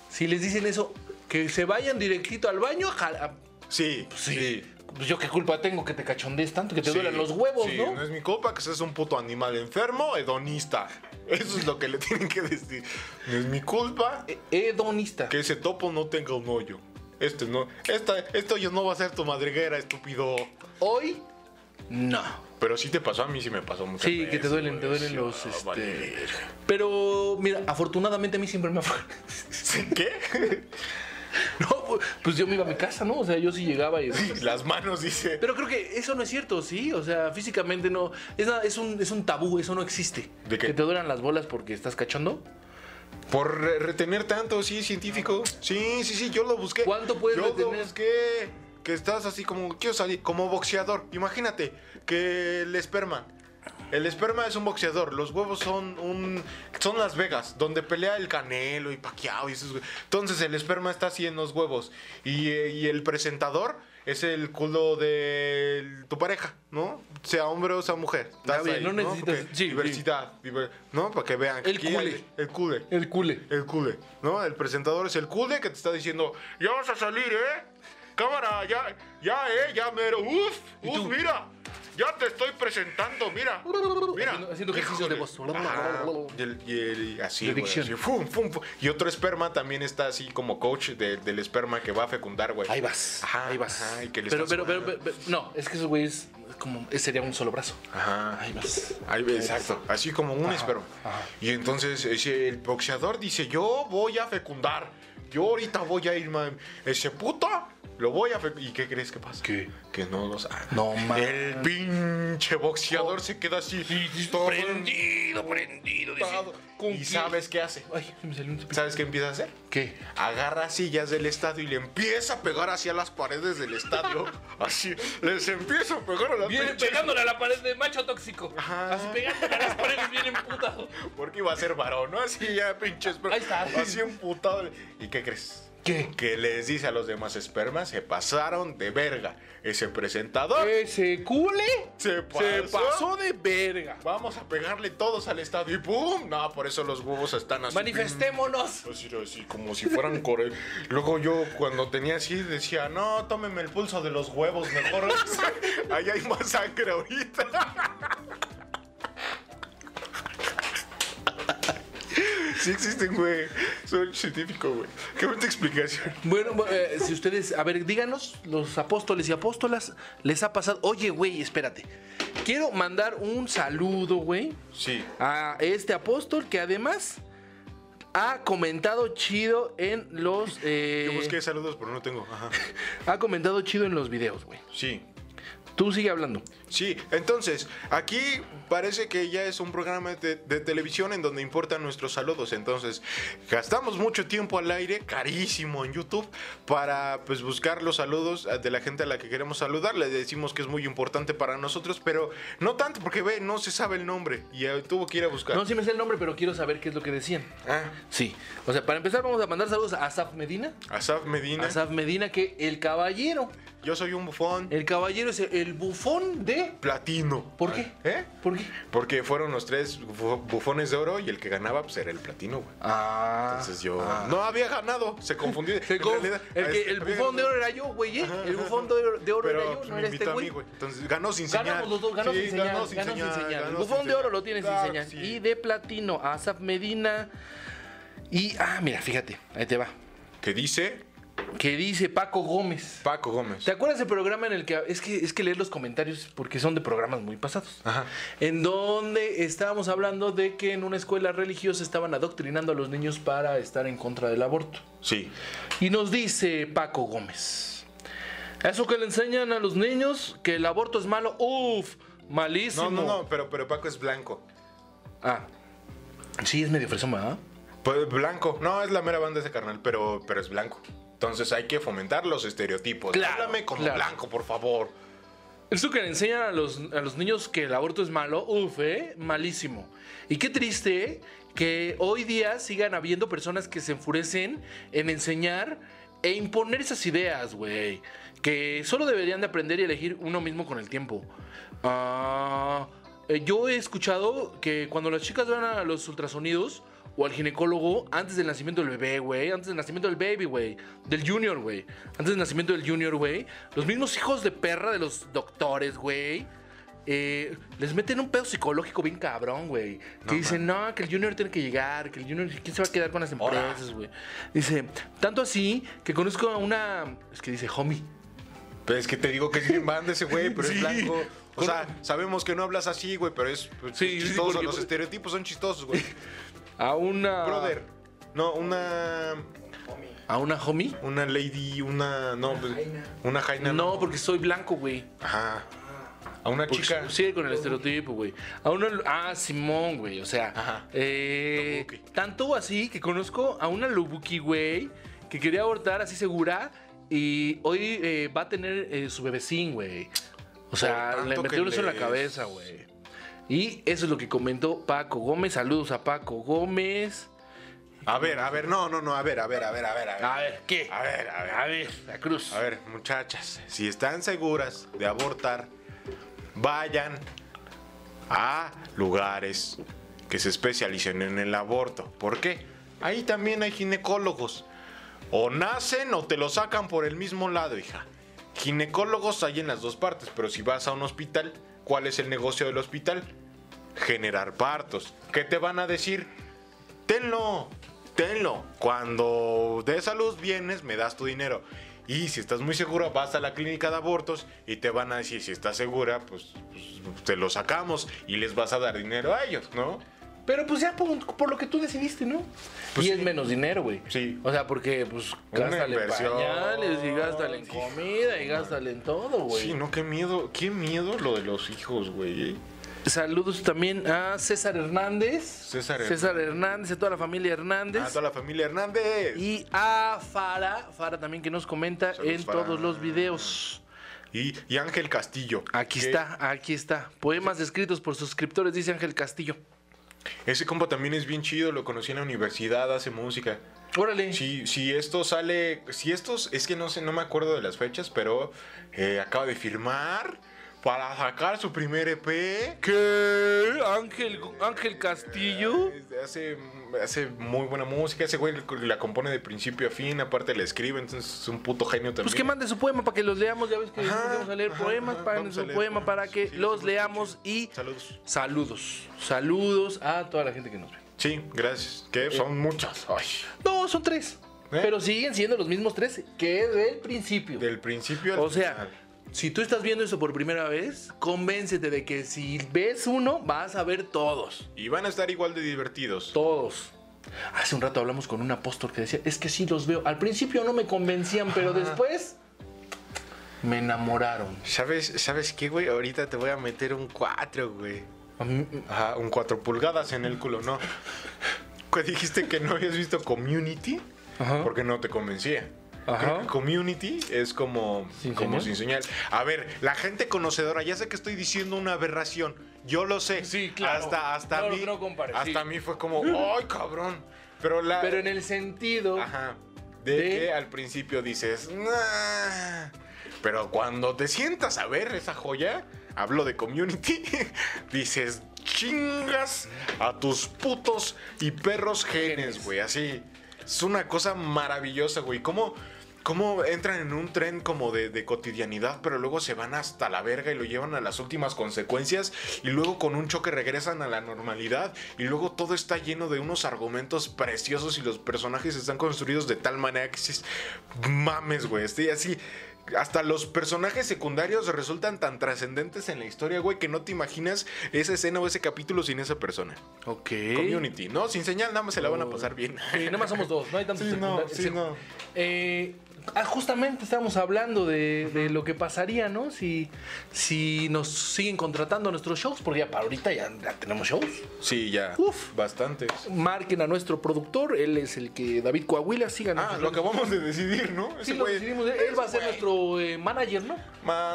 [SPEAKER 4] si les dicen eso, que se vayan directito al baño, a jala-
[SPEAKER 3] Sí,
[SPEAKER 4] Sí.
[SPEAKER 3] sí.
[SPEAKER 4] pues yo qué culpa tengo que te cachondees tanto, que te duelen los huevos,
[SPEAKER 3] sí,
[SPEAKER 4] ¿no?
[SPEAKER 3] No es mi copa que seas un puto animal enfermo, hedonista. Eso es lo que le tienen que decir. No es mi culpa
[SPEAKER 4] Eh, Hedonista.
[SPEAKER 3] que ese topo no tenga un hoyo. Este no, esta, este hoyo no va a ser tu madriguera, estúpido.
[SPEAKER 4] Hoy, no.
[SPEAKER 3] Pero sí te pasó a mí, sí me pasó mucho.
[SPEAKER 4] Sí, que te duelen, te duelen los. este, Pero, mira, afortunadamente a mí siempre me. af-
[SPEAKER 3] ¿Qué?
[SPEAKER 4] No, pues- pues yo me iba a mi casa, ¿no? O sea, yo sí llegaba y.
[SPEAKER 3] Las manos dice.
[SPEAKER 4] Pero creo que eso no es cierto, ¿sí? O sea, físicamente no. Es, nada- es, un, es un tabú, eso no existe.
[SPEAKER 3] ¿De qué?
[SPEAKER 4] Que te duran las bolas porque estás cachondo.
[SPEAKER 3] Por re- retener tanto, sí, científico. Sí, sí, sí, yo lo busqué.
[SPEAKER 4] ¿Cuánto puedes
[SPEAKER 3] yo
[SPEAKER 4] retener?
[SPEAKER 3] Lo busqué. Que estás así como, quiero salir, como boxeador. Imagínate que el esperma. El esperma es un boxeador, los huevos son un son Las Vegas, donde pelea el Canelo y Pacquiao y esos güey. Entonces el esperma está así en los huevos y, eh, y el presentador es el culo de el- tu pareja, ¿no? Sea hombre o sea mujer. Estás
[SPEAKER 4] Está bien, no necesitas-
[SPEAKER 3] Porque
[SPEAKER 4] sí, sí.
[SPEAKER 3] diversidad, diver- ¿no? Para que vean que
[SPEAKER 4] El
[SPEAKER 3] aquí hay-
[SPEAKER 4] cule.
[SPEAKER 3] el cule.
[SPEAKER 4] El cule.
[SPEAKER 3] El cude, ¿no? El presentador es el cude que te está diciendo, ya vas a salir, ¿eh? Cámara, ya, ya, ¿eh? Ya mero, uf, uf, mira. Ya te estoy presentando, mira. Mira.
[SPEAKER 4] Haciendo- haciendo ejercicios de voz.
[SPEAKER 3] Ajá. Y el, y el- así,
[SPEAKER 4] De
[SPEAKER 3] güey,
[SPEAKER 4] dicción.
[SPEAKER 3] así, fum, fum, fum. Y otro esperma también está así como coach de- del esperma que va a fecundar, güey.
[SPEAKER 4] Ahí vas.
[SPEAKER 3] Ajá,
[SPEAKER 4] ahí vas.
[SPEAKER 3] ajá, y que le
[SPEAKER 4] pero,
[SPEAKER 3] estás
[SPEAKER 4] pero, pero, pero- pero- no, es que esos güeyes es como es- sería un solo brazo.
[SPEAKER 3] Ajá.
[SPEAKER 4] Ahí vas.
[SPEAKER 3] Ahí, exacto, así como un esperma. Y entonces ese- el boxeador dice, yo voy a fecundar, yo ahorita voy a ir, man. ese puto lo voy a fecundar. ¿Y qué crees que pasa?
[SPEAKER 4] ¿Qué?
[SPEAKER 3] Que no lo sabe.
[SPEAKER 4] No Oh. mames.
[SPEAKER 3] El pinche boxeador se queda así, todo
[SPEAKER 4] Prendido, prendido. dice,
[SPEAKER 3] enrutado.
[SPEAKER 4] ¿con
[SPEAKER 3] ¿Y
[SPEAKER 4] quién?
[SPEAKER 3] sabes qué hace?
[SPEAKER 4] Ay, se me salió un cepillo.
[SPEAKER 3] ¿Sabes qué empieza a hacer?
[SPEAKER 4] ¿Qué?
[SPEAKER 3] agarra sillas del estadio y le empieza a pegar hacia las paredes del estadio. Así, les empieza a pegar a las
[SPEAKER 4] Viene
[SPEAKER 3] pinches-
[SPEAKER 4] pegándole a la pared de macho tóxico.
[SPEAKER 3] Ajá.
[SPEAKER 4] Así pegándole a las paredes bien emputado.
[SPEAKER 3] Porque iba a ser varón, ¿no? Así ya, pinches.
[SPEAKER 4] Ahí está.
[SPEAKER 3] Así emputado. ¿Y qué crees?
[SPEAKER 4] ¿Qué?
[SPEAKER 3] Que les dice a los demás espermas, se pasaron de verga. Ese presentador
[SPEAKER 4] Oh. Ese cule
[SPEAKER 3] se pasó.
[SPEAKER 4] se pasó de verga.
[SPEAKER 3] Vamos a pegarle todos al estadio y ¡pum! No, por eso los huevos están así.
[SPEAKER 4] Manifestémonos.
[SPEAKER 3] Así, así, Pues como si fueran core. Luego yo cuando tenía así decía, no, tómeme el pulso de los huevos, mejor. Ahí hay más sangre ahorita. Sí existen, güey. Soy un científico, güey. Qué bonita explicación.
[SPEAKER 4] Bueno, eh, si ustedes, a ver, díganos, los apóstoles y apóstolas, les ha pasado. Oye, güey, espérate. Quiero mandar un saludo, güey,
[SPEAKER 3] Sí.
[SPEAKER 4] a este apóstol que además ha comentado chido en los. eh,
[SPEAKER 3] Yo busqué saludos, pero no tengo. Ajá.
[SPEAKER 4] ha comentado chido en los videos, güey.
[SPEAKER 3] Sí.
[SPEAKER 4] Tú sigue hablando.
[SPEAKER 3] Sí, entonces, aquí parece que ya es un programa de, de televisión en donde importan nuestros saludos. Entonces, gastamos mucho tiempo al aire, carísimo en YouTube, para pues buscar los saludos eh, de la gente a la que queremos saludar. Le decimos que es muy importante para nosotros, pero no tanto porque ve, no se sabe el nombre y eh, tuvo que ir a buscar.
[SPEAKER 4] No, sí me sé el nombre, pero quiero saber qué es lo que decían.
[SPEAKER 3] Ah,
[SPEAKER 4] Sí. O sea, para empezar, vamos a mandar saludos a Asaf Medina.
[SPEAKER 3] Asaf Medina.
[SPEAKER 4] Asaf Medina, que el caballero.
[SPEAKER 3] Yo soy un bufón
[SPEAKER 4] El caballero es el bufón de.
[SPEAKER 3] platino.
[SPEAKER 4] ¿Por qué?
[SPEAKER 3] ¿Eh?
[SPEAKER 4] ¿Por qué?
[SPEAKER 3] Porque fueron los tres bufo- bufones de oro y el que ganaba pues era el platino, güey.
[SPEAKER 4] Ah.
[SPEAKER 3] Entonces yo no había ganado, se confundió.
[SPEAKER 4] Se
[SPEAKER 3] En
[SPEAKER 4] conf-
[SPEAKER 3] realidad,
[SPEAKER 4] el, que-
[SPEAKER 3] este,
[SPEAKER 4] el
[SPEAKER 3] había
[SPEAKER 4] bufón de
[SPEAKER 3] ganado.
[SPEAKER 4] oro era yo, güey. ¿eh?
[SPEAKER 3] Ajá,
[SPEAKER 4] El
[SPEAKER 3] ajá,
[SPEAKER 4] bufón
[SPEAKER 3] ajá.
[SPEAKER 4] de oro, de oro
[SPEAKER 3] Pero,
[SPEAKER 4] era yo,
[SPEAKER 3] pues,
[SPEAKER 4] no
[SPEAKER 3] me
[SPEAKER 4] era este
[SPEAKER 3] invitó a
[SPEAKER 4] güey.
[SPEAKER 3] mí, Entonces ganó sin señal.
[SPEAKER 4] Ganamos los dos, ganó
[SPEAKER 3] Sí,
[SPEAKER 4] sin señal.
[SPEAKER 3] ganó
[SPEAKER 4] Ganó
[SPEAKER 3] sin
[SPEAKER 4] sin señal. el
[SPEAKER 3] ganó
[SPEAKER 4] bufón
[SPEAKER 3] sin
[SPEAKER 4] de oro
[SPEAKER 3] señal.
[SPEAKER 4] lo tiene sin
[SPEAKER 3] Claro,
[SPEAKER 4] señal.
[SPEAKER 3] sí.
[SPEAKER 4] Y de platino, Asaf Medina. Y, ah, mira, fíjate, ahí te va.
[SPEAKER 3] Que dice
[SPEAKER 4] Que dice Paco Gómez.
[SPEAKER 3] Paco Gómez.
[SPEAKER 4] ¿Te acuerdas del programa en el que es que es que leer los comentarios porque son de programas muy pasados?
[SPEAKER 3] Ajá.
[SPEAKER 4] En donde estábamos hablando de que en una escuela religiosa estaban adoctrinando a los niños para estar en contra del aborto.
[SPEAKER 3] Sí.
[SPEAKER 4] Y nos dice Paco Gómez. Eso que le enseñan a los niños que el aborto es malo, uff, malísimo.
[SPEAKER 3] No, no, no, pero, pero Paco es blanco.
[SPEAKER 4] Ah. Sí, es medio fresoma, ¿ah?
[SPEAKER 3] Pues blanco. No, es la mera banda ese carnal, pero, pero es blanco. Entonces hay que fomentar los estereotipos.
[SPEAKER 4] Claro,
[SPEAKER 3] Háblame como
[SPEAKER 4] claro.
[SPEAKER 3] blanco, por favor.
[SPEAKER 4] Eso que le enseñan a los, a los niños que el aborto es malo, uff, ¿eh? malísimo. Y qué triste ¿eh? que hoy día sigan habiendo personas que se enfurecen en enseñar e imponer esas ideas, güey. Que solo deberían de aprender y elegir uno mismo con el tiempo. Ah, eh, yo he escuchado que cuando las chicas van a los ultrasonidos, o al ginecólogo antes del nacimiento del bebé, güey. Antes del nacimiento del baby, güey. Del junior, güey. Antes del nacimiento del junior, güey. Los mismos hijos de perra de los doctores, güey. eh, les meten un pedo psicológico bien cabrón, güey. Que dicen, no, que el junior tiene que llegar, que el junior, ¿quién se va a quedar con las empresas, güey? Dice, tanto así que conozco a una, es que dice, homie,
[SPEAKER 3] Pero es que te digo que es bien banda ese güey, pero
[SPEAKER 4] Sí.
[SPEAKER 3] es blanco. O sea, sabemos que no hablas así, güey, pero es pues,
[SPEAKER 4] Sí, sí,
[SPEAKER 3] chistoso.
[SPEAKER 4] porque- Ah.
[SPEAKER 3] Los estereotipos son chistosos, güey.
[SPEAKER 4] a una...
[SPEAKER 3] Brother. No, una.
[SPEAKER 4] ¿A una homie?
[SPEAKER 3] Una lady, una. No, pues,
[SPEAKER 5] jaina.
[SPEAKER 3] una jaina.
[SPEAKER 4] No, Pues, porque soy blanco, güey.
[SPEAKER 3] Ajá. A una
[SPEAKER 4] Porque
[SPEAKER 3] chica.
[SPEAKER 4] Sigue con el estereotipo, güey. A uno, ah, Simón, güey. O sea,
[SPEAKER 3] Ajá.
[SPEAKER 4] eh,
[SPEAKER 3] Lobuki.
[SPEAKER 4] tanto así que conozco a una Lubuki, güey, que quería abortar así segura y hoy eh, va a tener eh, su bebecín, güey. O sea,
[SPEAKER 3] Por
[SPEAKER 4] le
[SPEAKER 3] tanto que
[SPEAKER 4] metieron eso en la
[SPEAKER 3] les-
[SPEAKER 4] cabeza, güey. Y eso es lo que comentó Paco Gómez. Saludos a Paco Gómez.
[SPEAKER 3] A ver, a ver, no, no, no, a ver, a ver, a ver, a ver.
[SPEAKER 4] A ver, ¿qué?
[SPEAKER 3] A ver, a ver.
[SPEAKER 4] A ver, la cruz.
[SPEAKER 3] A ver, muchachas, si están seguras de abortar, vayan a lugares que se especialicen en el aborto. ¿Por qué? Ahí también hay ginecólogos. O nacen o te lo sacan por el mismo lado, hija. Ginecólogos hay en las dos partes, pero si vas a un hospital, ¿cuál es el negocio del hospital? Generar partos. ¿Qué te van a decir? Tenlo, tenlo. Cuando des a luz vienes, me das tu dinero. Y si estás muy segura, vas a la clínica de abortos y te van a decir, si estás segura, pues, pues, te lo sacamos y les vas a dar dinero a ellos, ¿no?
[SPEAKER 4] Pero pues ya por, por lo que tú decidiste, ¿no?
[SPEAKER 3] Pues
[SPEAKER 4] y es
[SPEAKER 3] sí.
[SPEAKER 4] menos dinero, güey.
[SPEAKER 3] Sí.
[SPEAKER 4] O sea, porque pues
[SPEAKER 3] Una
[SPEAKER 4] gástale en
[SPEAKER 3] inversión.
[SPEAKER 4] pañales y gástale en
[SPEAKER 3] Sí.
[SPEAKER 4] comida y gástale en todo, güey.
[SPEAKER 3] Sí, no, qué miedo, qué miedo lo de los hijos, güey. ¿eh?
[SPEAKER 4] Saludos también a César Hernández.
[SPEAKER 3] César Hernández.
[SPEAKER 4] César Hernández, a toda la familia Hernández.
[SPEAKER 3] A toda la familia Hernández. Y,
[SPEAKER 4] Y a Fara, Fara también que nos comenta
[SPEAKER 3] Saludos,
[SPEAKER 4] en
[SPEAKER 3] Fara.
[SPEAKER 4] todos los videos.
[SPEAKER 3] y Ángel Castillo.
[SPEAKER 4] Aquí
[SPEAKER 3] que
[SPEAKER 4] está, aquí está. Poemas escritos por suscriptores, dice Ángel Castillo.
[SPEAKER 3] Ese compa también es bien chido, lo conocí en la universidad, hace música.
[SPEAKER 4] Órale.
[SPEAKER 3] Si, si esto sale, si estos, es que no sé, no me acuerdo de las fechas, pero eh, acaba de firmar para sacar su primer E EP.
[SPEAKER 4] ¿Qué? Eh, Ángel, Ángel Castillo.
[SPEAKER 3] Este, Hace, hace muy buena música, ese güey la compone de principio a fin, aparte la escribe, entonces es un puto genio también.
[SPEAKER 4] Pues que mande su poema para que los leamos. Ya ves que
[SPEAKER 3] Ajá,
[SPEAKER 4] vamos a leer
[SPEAKER 3] ajá,
[SPEAKER 4] poemas.
[SPEAKER 3] ajá,
[SPEAKER 4] Para
[SPEAKER 3] vamos a
[SPEAKER 4] su
[SPEAKER 3] leer
[SPEAKER 4] poema
[SPEAKER 3] poemas,
[SPEAKER 4] para que
[SPEAKER 3] sí,
[SPEAKER 4] los
[SPEAKER 3] sí,
[SPEAKER 4] leamos y
[SPEAKER 3] Saludos.
[SPEAKER 4] saludos. Saludos a toda la gente que nos ve.
[SPEAKER 3] Sí, gracias.
[SPEAKER 4] Eh,
[SPEAKER 3] Que son muchas. Ay.
[SPEAKER 4] No, son tres.
[SPEAKER 3] ¿Eh?
[SPEAKER 4] Pero siguen siendo los mismos tres que del principio.
[SPEAKER 3] Del principio al
[SPEAKER 4] O sea,
[SPEAKER 3] final.
[SPEAKER 4] si tú estás viendo eso por primera vez, convéncete de que si ves uno, vas a ver todos.
[SPEAKER 3] Y van a estar igual de divertidos.
[SPEAKER 4] Todos. Hace un rato hablamos con un apóstol que decía, es que sí los veo. Al principio no me convencían, pero después me enamoraron.
[SPEAKER 3] ¿Sabes, ¿Sabes qué, güey? Ahorita te voy a meter un 4, güey.
[SPEAKER 4] A mí-
[SPEAKER 3] Ajá, un 4 pulgadas en el culo, ¿no? ¿Qué dijiste que no habías visto Community?
[SPEAKER 4] Ajá.
[SPEAKER 3] Porque no te convencía.
[SPEAKER 4] Ajá.
[SPEAKER 3] Creo que community es como
[SPEAKER 4] ¿Sin
[SPEAKER 3] como
[SPEAKER 4] señal?
[SPEAKER 3] sin señal. A ver, la gente conocedora, ya sé que estoy diciendo una aberración. Yo lo sé.
[SPEAKER 4] Sí, claro.
[SPEAKER 3] Hasta, hasta
[SPEAKER 4] No,
[SPEAKER 3] a mí.
[SPEAKER 4] no compares,
[SPEAKER 3] hasta
[SPEAKER 4] sí.
[SPEAKER 3] a mí fue como, ¡ay, cabrón! Pero la.
[SPEAKER 4] Pero en el sentido.
[SPEAKER 3] Ajá. De,
[SPEAKER 4] De-
[SPEAKER 3] que al principio dices, "Nah". Pero cuando te sientas a ver esa joya, hablo de community, dices, chingas a tus putos y perros genes,
[SPEAKER 4] Genes.
[SPEAKER 3] güey. Así. Es una cosa maravillosa, güey. ¿Cómo, cómo entran en un tren como de, de cotidianidad, pero luego se van hasta la verga y lo llevan a las últimas consecuencias y luego con un choque regresan a la normalidad y luego todo está lleno de unos argumentos preciosos y los personajes están construidos de tal manera que dices, mames, güey, estoy así. Hasta los personajes secundarios resultan tan trascendentes en la historia, güey, que no te imaginas esa escena o ese capítulo sin esa persona.
[SPEAKER 4] Ok. Oh.
[SPEAKER 3] Community, ¿no? Sin señal, nada más se la van a pasar bien.
[SPEAKER 4] Sí, nada más somos dos, no hay tantos.
[SPEAKER 3] Sí, no,
[SPEAKER 4] secundarios.
[SPEAKER 3] sí, no.
[SPEAKER 4] Eh, ah, justamente estábamos hablando de, de lo que pasaría, ¿no? Si, si nos siguen contratando a nuestros shows, porque ya para ahorita ya, ya tenemos shows.
[SPEAKER 3] Sí, ya.
[SPEAKER 4] Uf. pues
[SPEAKER 3] Bastantes.
[SPEAKER 4] Marquen a nuestro productor, él es el que David Coahuila, sigan.
[SPEAKER 3] Ah, lo acabamos de decidir, ¿no?
[SPEAKER 4] Sí,
[SPEAKER 3] Ese
[SPEAKER 4] lo
[SPEAKER 3] güey-
[SPEAKER 4] decidimos. Él va a ser
[SPEAKER 3] Ese
[SPEAKER 4] nuestro eh, manager, ¿no?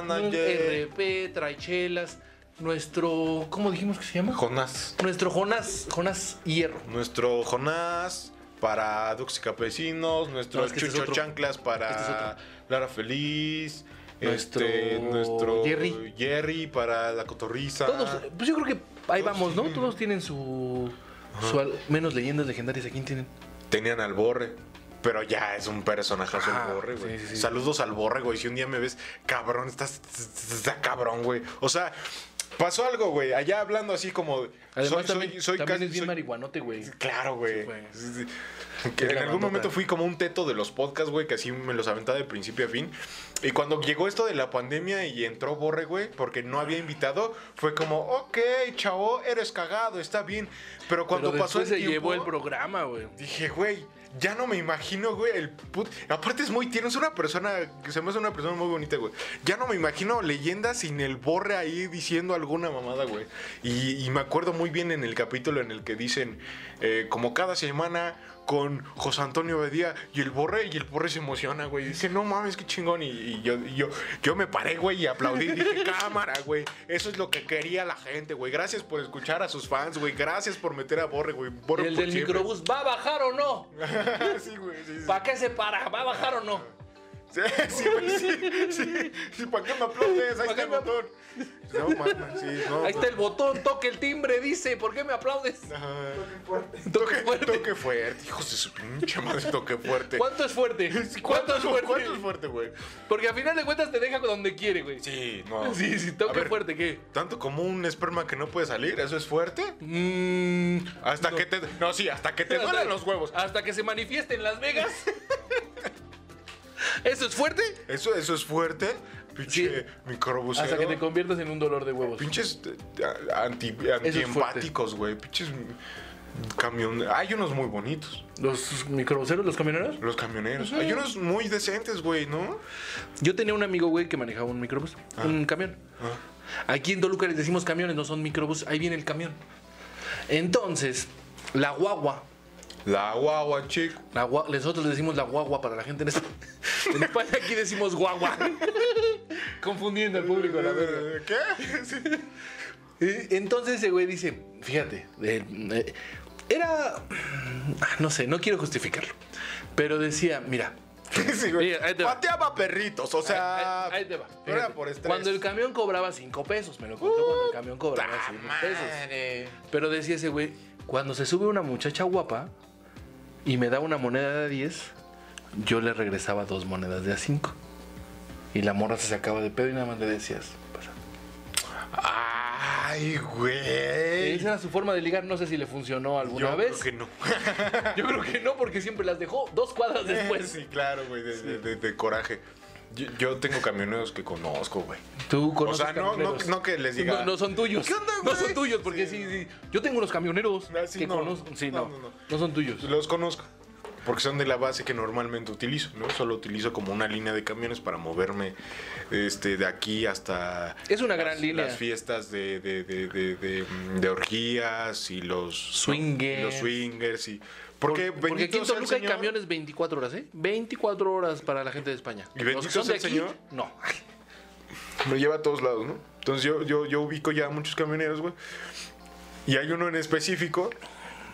[SPEAKER 3] Manager.
[SPEAKER 4] Un RP, Traichelas, nuestro. ¿Cómo dijimos que se llama?
[SPEAKER 3] Jonás.
[SPEAKER 4] nuestro Jonás, Jonás Hierro.
[SPEAKER 3] Nuestro Jonás para Dux y Campesinos. Nuestro
[SPEAKER 4] No, es que este
[SPEAKER 3] Chucho
[SPEAKER 4] es otro.
[SPEAKER 3] Chanclas para
[SPEAKER 4] Este es otro.
[SPEAKER 3] Lara Feliz.
[SPEAKER 4] Nuestro
[SPEAKER 3] este, nuestro
[SPEAKER 4] Jerry.
[SPEAKER 3] Jerry para La Cotorriza.
[SPEAKER 4] Todos, pues yo creo que ahí
[SPEAKER 3] Ah. Todos
[SPEAKER 4] vamos, ¿no?
[SPEAKER 3] tienen-
[SPEAKER 4] Todos tienen su, Su al- menos leyendas legendarias. ¿A quién tienen?
[SPEAKER 3] Tenían al borre. Pero ya es un personajazo
[SPEAKER 4] Ajá,
[SPEAKER 3] el borre, güey.
[SPEAKER 4] sí, sí, sí.
[SPEAKER 3] Saludos al borre, güey. Si un día me ves, cabrón, estás. Está cabrón, güey. O sea, pasó algo, güey. Allá hablando así como.
[SPEAKER 4] Además,
[SPEAKER 3] soy,
[SPEAKER 4] también,
[SPEAKER 3] soy, soy
[SPEAKER 4] también
[SPEAKER 3] casi-
[SPEAKER 4] es bien
[SPEAKER 3] soy-
[SPEAKER 4] marihuanote, güey.
[SPEAKER 3] Claro, güey.
[SPEAKER 4] Sí, güey.
[SPEAKER 3] Sí, sí. Que en
[SPEAKER 4] cabrón,
[SPEAKER 3] algún momento
[SPEAKER 4] total.
[SPEAKER 3] fui como un teto de los podcasts, güey, que así me los aventaba de principio a fin. Y cuando llegó esto de la pandemia y entró Borre, güey, porque no había invitado, fue como, ok, chavo, eres cagado, está bien. Pero cuando
[SPEAKER 4] Pero
[SPEAKER 3] pasó el
[SPEAKER 4] después se
[SPEAKER 3] tiempo,
[SPEAKER 4] llevó el programa, güey.
[SPEAKER 3] Dije, güey, ya no me imagino, güey, el put... Aparte es muy tierno, es una persona, que se me hace una persona muy bonita, güey. Ya no me imagino leyenda sin el borre ahí diciendo alguna mamada, güey. Y, y me acuerdo muy bien en el capítulo en el que dicen, eh, como cada semana con José Antonio Bedía y el borre, y el borre se emociona, güey. y Dice, no mames, qué chingón. Y, y yo, y yo, yo me paré, güey, y aplaudí. y Dije, cámara, güey. Eso es lo que quería la gente, güey. Gracias por escuchar a sus fans, güey. Gracias por meter a borre, güey. Borre
[SPEAKER 4] el
[SPEAKER 3] por
[SPEAKER 4] del
[SPEAKER 3] siempre".
[SPEAKER 4] microbús, ¿va a bajar o no?
[SPEAKER 3] sí, güey, sí, sí.
[SPEAKER 4] ¿Para qué se para? ¿Va a bajar o no?
[SPEAKER 3] Sí, sí, güey, sí, sí, sí, ¿para qué me aplaudes? Ahí
[SPEAKER 4] ¿Pa'
[SPEAKER 3] está
[SPEAKER 4] qué
[SPEAKER 3] el
[SPEAKER 4] me
[SPEAKER 3] botón. No, mames, sí, no.
[SPEAKER 4] Ahí está el botón, toque el timbre, dice. ¿Por qué me aplaudes?
[SPEAKER 3] Ajá.
[SPEAKER 5] Fuerte.
[SPEAKER 4] Toque
[SPEAKER 3] Toque,
[SPEAKER 4] fuerte.
[SPEAKER 3] toque fuerte, hijos de su pinche madre, toque fuerte.
[SPEAKER 4] ¿Cuánto es fuerte? ¿Cuánto es fuerte?
[SPEAKER 3] ¿Cuánto es fuerte, güey?
[SPEAKER 4] Porque al final de cuentas te deja donde quiere, güey.
[SPEAKER 3] Sí, no.
[SPEAKER 4] Sí, sí,
[SPEAKER 3] A
[SPEAKER 4] toque
[SPEAKER 3] ver,
[SPEAKER 4] fuerte, ¿qué?
[SPEAKER 3] Tanto como un esperma que no puede salir, ¿eso es fuerte?
[SPEAKER 4] Mmm.
[SPEAKER 3] Hasta que te... No, sí, hasta que te duelen los huevos.
[SPEAKER 4] Hasta que se manifieste en Las Vegas. ¿Eso es fuerte?
[SPEAKER 3] ¿Eso, eso es fuerte? Pinche
[SPEAKER 4] Sí.
[SPEAKER 3] microbusero.
[SPEAKER 4] Hasta que te conviertas en un dolor de huevos.
[SPEAKER 3] Pinches eh, anti, antiempáticos, güey. Pinches camión... Hay unos muy bonitos.
[SPEAKER 4] ¿Los microbuseros, los camioneros?
[SPEAKER 3] Los camioneros. Hay unos muy decentes, güey, ¿no?
[SPEAKER 4] Yo tenía un amigo, güey, que manejaba un microbús, un camión. Aquí en Toluca les decimos camiones, no son microbús, ahí viene el camión. Entonces, la guagua,
[SPEAKER 3] La guagua, chico.
[SPEAKER 4] la gua- nosotros le decimos la guagua para la gente en, España. en España aquí decimos guagua. Confundiendo al público, la verdad.
[SPEAKER 3] ¿Qué? Sí.
[SPEAKER 4] Eh, Entonces ese güey dice, fíjate, eh, eh, era, ah, no sé, no quiero justificarlo, pero decía, mira,
[SPEAKER 3] Sí, güey.
[SPEAKER 4] Mira, ahí te va.
[SPEAKER 3] Pateaba perritos, o sea.
[SPEAKER 4] ahí, ahí- ahí te va.
[SPEAKER 3] no Ah, Era
[SPEAKER 4] fíjate,
[SPEAKER 3] por estrés.
[SPEAKER 4] cuando el camión cobraba 5 pesos, me lo contó cuando el camión cobraba
[SPEAKER 3] ¡Ta
[SPEAKER 4] 5 pesos.
[SPEAKER 3] madre!
[SPEAKER 4] Pero decía ese güey, cuando se sube una muchacha guapa y me da una moneda de 10, yo le regresaba dos monedas de a 5. Y la morra se sacaba de pedo y nada más le decías, pasa.
[SPEAKER 3] Ay, güey.
[SPEAKER 4] Esa era su forma de ligar, no sé si le funcionó alguna
[SPEAKER 3] Yo
[SPEAKER 4] vez.
[SPEAKER 3] creo que no.
[SPEAKER 4] Yo creo que no, porque siempre las dejó dos cuadras
[SPEAKER 3] Eh.
[SPEAKER 4] después.
[SPEAKER 3] sí, claro, güey, de, de- de- de coraje. Yo, yo tengo camioneros que conozco, güey.
[SPEAKER 4] Tú
[SPEAKER 3] O
[SPEAKER 4] conoces
[SPEAKER 3] sea, no, no,
[SPEAKER 4] camioneros.
[SPEAKER 3] no que les diga.
[SPEAKER 4] No, no son tuyos.
[SPEAKER 3] ¿Qué onda,
[SPEAKER 4] no
[SPEAKER 3] güey?
[SPEAKER 4] son tuyos, porque sí,
[SPEAKER 3] Sí,
[SPEAKER 4] sí. Yo tengo unos camioneros
[SPEAKER 3] Ah, sí,
[SPEAKER 4] que
[SPEAKER 3] no.
[SPEAKER 4] conozco. Sí,
[SPEAKER 3] No,
[SPEAKER 4] no. No,
[SPEAKER 3] no, no.
[SPEAKER 4] son tuyos.
[SPEAKER 3] Los conozco. Porque son de la base que normalmente utilizo, ¿no? Solo utilizo como una línea de camiones para moverme este, de aquí hasta...
[SPEAKER 4] Es una gran
[SPEAKER 3] las-
[SPEAKER 4] línea.
[SPEAKER 3] Las fiestas de, de, de, de, de, mm, de orgías y los...
[SPEAKER 4] Swingers.
[SPEAKER 3] Los swingers y... Porque,
[SPEAKER 4] Por- porque aquí en
[SPEAKER 3] bendito sea el
[SPEAKER 4] Toluca hay
[SPEAKER 3] Señor,
[SPEAKER 4] camiones 24 horas, ¿eh? 24 horas para la gente de España.
[SPEAKER 3] ¿Y bendito
[SPEAKER 4] Los que son
[SPEAKER 3] sea
[SPEAKER 4] de
[SPEAKER 3] el
[SPEAKER 4] aquí,
[SPEAKER 3] Señor?
[SPEAKER 4] No.
[SPEAKER 3] Me lleva a todos lados, ¿no? Entonces yo, yo, yo ubico ya a muchos camioneros, güey. Y hay uno en específico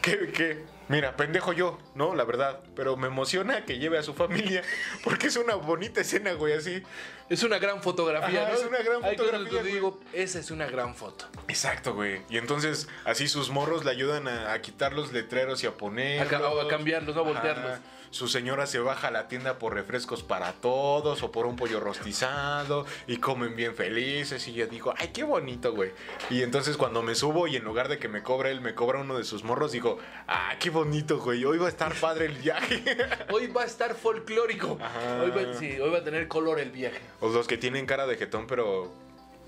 [SPEAKER 3] que, que, mira, pendejo yo, ¿no? La verdad. Pero me emociona que lleve a su familia porque es una bonita escena, güey, así.
[SPEAKER 4] Es una gran fotografía,
[SPEAKER 3] Ajá,
[SPEAKER 4] ¿no?
[SPEAKER 3] es una gran
[SPEAKER 4] Hay cosas que
[SPEAKER 3] fotografía,
[SPEAKER 4] yo digo, esa es una gran foto.
[SPEAKER 3] Exacto, güey. Y entonces así sus morros le ayudan a, a quitar los letreros y a poner...
[SPEAKER 4] A ca- a cambiarlos, ¿no? A voltearlos.
[SPEAKER 3] Su señora se baja a la tienda por refrescos para todos o por un pollo rostizado y comen bien felices. Y yo digo, ay, qué bonito, güey. Y entonces cuando me subo y en lugar de que me cobre él, me cobra uno de sus morros, digo, ah, qué bonito, güey. Hoy va a estar padre el viaje.
[SPEAKER 4] Hoy va a estar folclórico.
[SPEAKER 3] Ajá.
[SPEAKER 4] Hoy va, sí, hoy va a tener color el viaje.
[SPEAKER 3] O los que tienen cara de jetón, pero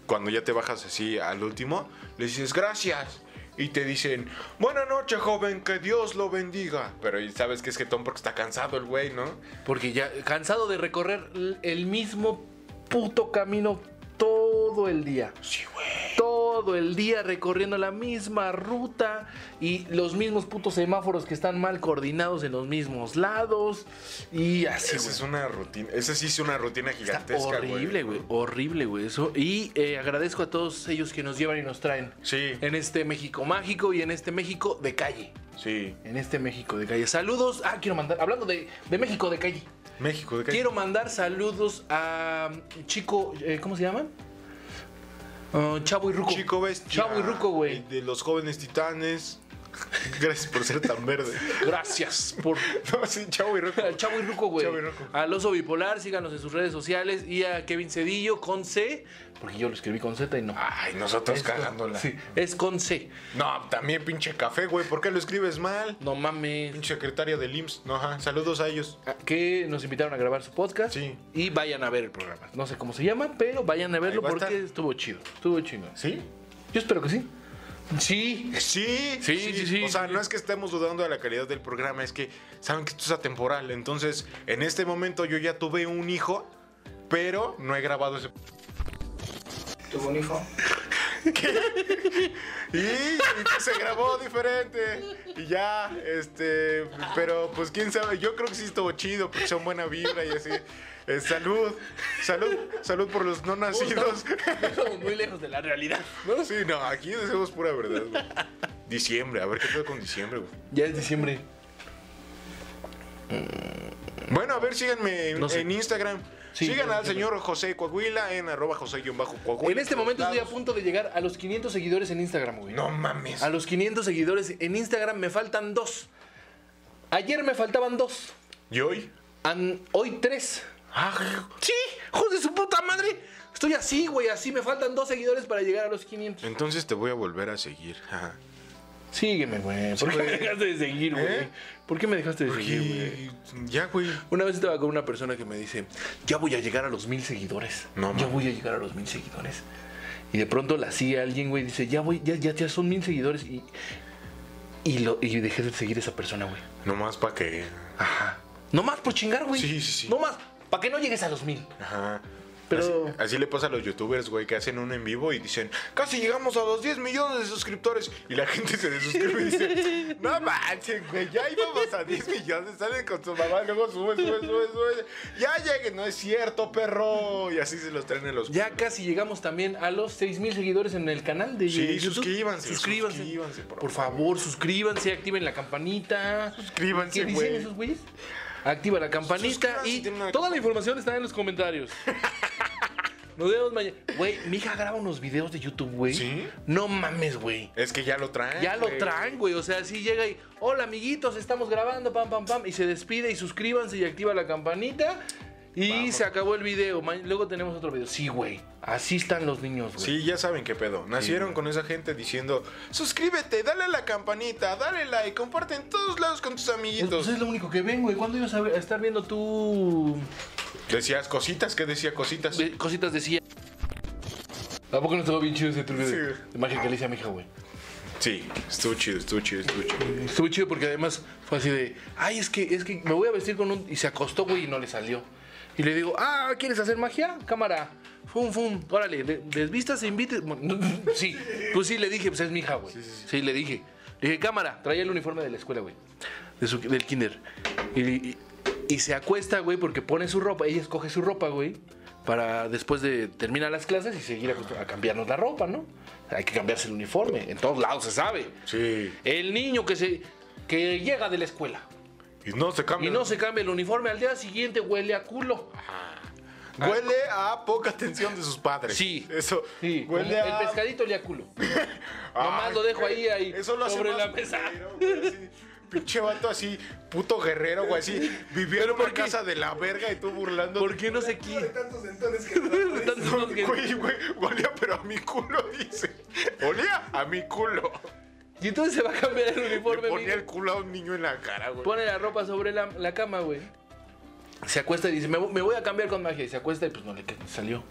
[SPEAKER 3] cuando ya te bajas así al último, le dices gracias. Y te dicen, buena noche, joven, que Dios lo bendiga. Pero y sabes que es jetón porque está cansado el güey, ¿no?
[SPEAKER 4] Porque ya cansado de recorrer l- el mismo puto camino todo el día. Sí, güey. Todo el día recorriendo la misma ruta y los mismos putos semáforos que están mal coordinados en los mismos lados y así,
[SPEAKER 3] Esa es
[SPEAKER 4] güey.
[SPEAKER 3] una rutina, esa sí es una rutina
[SPEAKER 4] Está
[SPEAKER 3] gigantesca, güey.
[SPEAKER 4] horrible, güey. Horrible, güey. Eso. Y eh, agradezco a todos ellos que nos llevan y nos traen.
[SPEAKER 3] Sí,
[SPEAKER 4] En este México mágico y en este México de calle.
[SPEAKER 3] sí.
[SPEAKER 4] En este México de calle. Saludos. Ah, quiero mandar. Hablando de, de México de calle.
[SPEAKER 3] México, ¿de qué?
[SPEAKER 4] Quiero mandar saludos a um, Chico, eh, ¿cómo se llaman? Ah, Chavo y Ruco.
[SPEAKER 3] Chico Bestia.
[SPEAKER 4] Chavo y Ruco, güey.
[SPEAKER 3] el De los jóvenes titanes. Gracias por ser tan verde.
[SPEAKER 4] Gracias por
[SPEAKER 3] No, sí, chavo y roco.
[SPEAKER 4] al Chavo y Ruco, güey.
[SPEAKER 3] Chavo y Ruco.
[SPEAKER 4] Al Oso Bipolar, síganos en sus redes sociales. Y a Kevin Cedillo con C. Porque yo lo escribí con Z y no.
[SPEAKER 3] Ay, nosotros Ah, cagándola.
[SPEAKER 4] Sí, es con C.
[SPEAKER 3] No, también pinche café, güey. ¿Por qué lo escribes mal?
[SPEAKER 4] No mames. Ah,
[SPEAKER 3] Pinche secretaria del IMSS. No, ajá. Saludos a ellos.
[SPEAKER 4] Que nos invitaron a grabar su podcast.
[SPEAKER 3] Sí.
[SPEAKER 4] Y vayan a ver el programa. No sé cómo se llama, pero vayan a verlo
[SPEAKER 3] va a
[SPEAKER 4] porque
[SPEAKER 3] estar.
[SPEAKER 4] estuvo chido. Estuvo chido.
[SPEAKER 3] ¿Sí?
[SPEAKER 4] Yo espero que sí. Sí.
[SPEAKER 3] Sí,
[SPEAKER 4] Sí, sí, sí,
[SPEAKER 3] O sea,
[SPEAKER 4] sí.
[SPEAKER 3] no es que estemos dudando de la calidad del programa, es que saben que esto es atemporal. Entonces, en este momento yo ya tuve un hijo, pero no he grabado ese.
[SPEAKER 5] Tuvo un hijo.
[SPEAKER 3] Y se grabó diferente. Y ya, este. Pero pues quién sabe, yo creo que sí estuvo chido, porque son buena vibra y así. Eh, salud, salud, salud por los no nacidos.
[SPEAKER 4] Estamos muy lejos de la realidad. ¿no?
[SPEAKER 3] Sí, no, aquí decimos pura verdad, güey. Diciembre, a ver qué pedo con diciembre, güey.
[SPEAKER 4] Ya es diciembre.
[SPEAKER 3] Bueno, a ver, síganme en,
[SPEAKER 4] No sé.
[SPEAKER 3] en Instagram.
[SPEAKER 4] Sí,
[SPEAKER 3] Sigan
[SPEAKER 4] yo-
[SPEAKER 3] al
[SPEAKER 4] yo-
[SPEAKER 3] señor José Coahuila en arroba José-Coahuila.
[SPEAKER 4] En este momento estoy a punto de llegar a los 500 seguidores en Instagram, güey.
[SPEAKER 3] No mames.
[SPEAKER 4] A los 500 seguidores en Instagram me faltan dos. Ayer me faltaban dos.
[SPEAKER 3] ¿Y hoy? Ah,
[SPEAKER 4] An- hoy tres. Sí, hijo de su puta madre. Estoy así, güey, así. Me faltan dos seguidores para llegar a los 500.
[SPEAKER 3] Entonces te voy a volver a seguir. Ajá.
[SPEAKER 4] Sígueme, güey. ¿Por qué me dejaste de seguir, güey?
[SPEAKER 3] ¿Eh?
[SPEAKER 4] ¿Por qué me dejaste de seguir, güey?
[SPEAKER 3] Porque ya, güey.
[SPEAKER 4] Una vez estaba con una persona que me dice, ya voy a llegar a los mil seguidores.
[SPEAKER 3] No,
[SPEAKER 4] ya
[SPEAKER 3] mames.
[SPEAKER 4] voy a llegar a los mil seguidores. Y de pronto la sigue alguien, güey, y dice, ya voy, ya, ya, ya son mil seguidores. Y, y, lo, y dejé de seguir a esa persona, güey.
[SPEAKER 3] Nomás para que.
[SPEAKER 4] Ajá. No más por chingar, güey.
[SPEAKER 3] Sí, sí, sí.
[SPEAKER 4] No más. Para que no llegues a los mil.
[SPEAKER 3] Ajá.
[SPEAKER 4] Pero-
[SPEAKER 3] Ah, Así, así le pasa a los youtubers, güey, que hacen un en vivo y dicen, casi llegamos a los 10 millones de suscriptores. Y la gente se desuscribe y dice, no manches, güey, ya íbamos a 10 millones, salen con su mamá, luego sube, sube, sube, sube. Ya llegué, no es cierto, perro. Y así se los traen en los...
[SPEAKER 4] Ya casi llegamos también a los 6000 seguidores en el canal de
[SPEAKER 3] Sí,
[SPEAKER 4] YouTube.
[SPEAKER 3] suscríbanse,
[SPEAKER 4] Suscríbanse.
[SPEAKER 3] suscríbanse,
[SPEAKER 4] por,
[SPEAKER 3] por
[SPEAKER 4] favor. suscríbanse, activen la campanita.
[SPEAKER 3] Suscríbanse,
[SPEAKER 4] ¿Qué dicen
[SPEAKER 3] güey.
[SPEAKER 4] esos güeyes? Activa la campanita
[SPEAKER 3] Suscríbanse,
[SPEAKER 4] y
[SPEAKER 3] tienen una-
[SPEAKER 4] toda la información está en los comentarios. Nos vemos mañana. Güey, mi hija graba unos videos de YouTube, güey.
[SPEAKER 3] ¿Sí?
[SPEAKER 4] No mames, güey.
[SPEAKER 3] Es que ya lo traen.
[SPEAKER 4] Ya lo
[SPEAKER 3] güey.
[SPEAKER 4] traen, güey. O sea, sí llega y, hola amiguitos, estamos grabando, pam, pam, pam. Y se despide y suscríbanse y activa la campanita. Y se acabó el video. Ma- Luego tenemos otro video. Sí, güey. Así están los niños, güey.
[SPEAKER 3] Sí, ya saben qué pedo. Nacieron con esa gente diciendo, suscríbete, dale a la campanita, dale like, comparte en todos lados con tus
[SPEAKER 4] Es, pues
[SPEAKER 3] amiguitos.
[SPEAKER 4] es lo único que ven, güey. ¿Cuándo ibas a, ver- a estar viendo tú
[SPEAKER 3] Decías cositas, ¿qué decía cositas?
[SPEAKER 4] eh, cositas de silla? ¿A poco no estaba bien chido ese truco de,
[SPEAKER 3] Sí.
[SPEAKER 4] de magia que le hice a mi hija, güey?
[SPEAKER 3] Sí, estuvo chido, estuvo chido, estuvo chido.
[SPEAKER 4] Estuvo chido porque además fue así de, ay, es que, es que me voy a vestir con un... Y se acostó, güey, y no le salió. Y le digo, ah, ¿quieres hacer magia? Cámara. Fum, fum. Órale, de- desvista, se invite. Bueno, Sí, pues sí le dije, pues es mi hija, güey. Sí, le dije. Le dije, cámara, traía el uniforme de la escuela, güey. de su- del kinder. Y, y- y se acuesta, güey, porque pone su ropa. Ella escoge su ropa, güey. Para después de terminar las clases y seguir acostu- a cambiarnos la ropa, ¿no? Hay que cambiarse el uniforme. En todos lados se sabe.
[SPEAKER 3] Sí.
[SPEAKER 4] El niño que se que llega de la escuela
[SPEAKER 3] Y no se
[SPEAKER 4] y
[SPEAKER 3] cambia.
[SPEAKER 4] no se cambia el uniforme al día siguiente huele a culo.
[SPEAKER 3] Huele a poca atención de sus padres.
[SPEAKER 4] Sí.
[SPEAKER 3] Eso.
[SPEAKER 4] Sí,
[SPEAKER 3] Huele
[SPEAKER 4] como
[SPEAKER 3] a.
[SPEAKER 4] el pescadito le a culo.
[SPEAKER 3] Ay,
[SPEAKER 4] nomás lo dejo ahí, ahí,
[SPEAKER 3] Eso lo hace
[SPEAKER 4] sobre
[SPEAKER 3] más
[SPEAKER 4] la mesa.
[SPEAKER 3] culero, güey, así. Pinche vato así, puto guerrero, güey, así. Vivió en
[SPEAKER 4] ¿por
[SPEAKER 3] una
[SPEAKER 4] qué?
[SPEAKER 3] casa de la verga y tú burlando.
[SPEAKER 4] ¿Por qué no se
[SPEAKER 5] De
[SPEAKER 4] quita?
[SPEAKER 5] tantos entonces que no
[SPEAKER 4] Tantos que-
[SPEAKER 3] Güey, güey, olía, pero a mi culo, dice. Olía a mi culo.
[SPEAKER 4] Y entonces se va a cambiar el
[SPEAKER 3] Le
[SPEAKER 4] uniforme.
[SPEAKER 3] ponía
[SPEAKER 4] mira.
[SPEAKER 3] el culo a un niño en la cara, güey.
[SPEAKER 4] Pone la ropa sobre la, la cama, güey. Se acuesta y dice, me, vo- me voy a cambiar con magia. Y se acuesta y pues no le que- salió.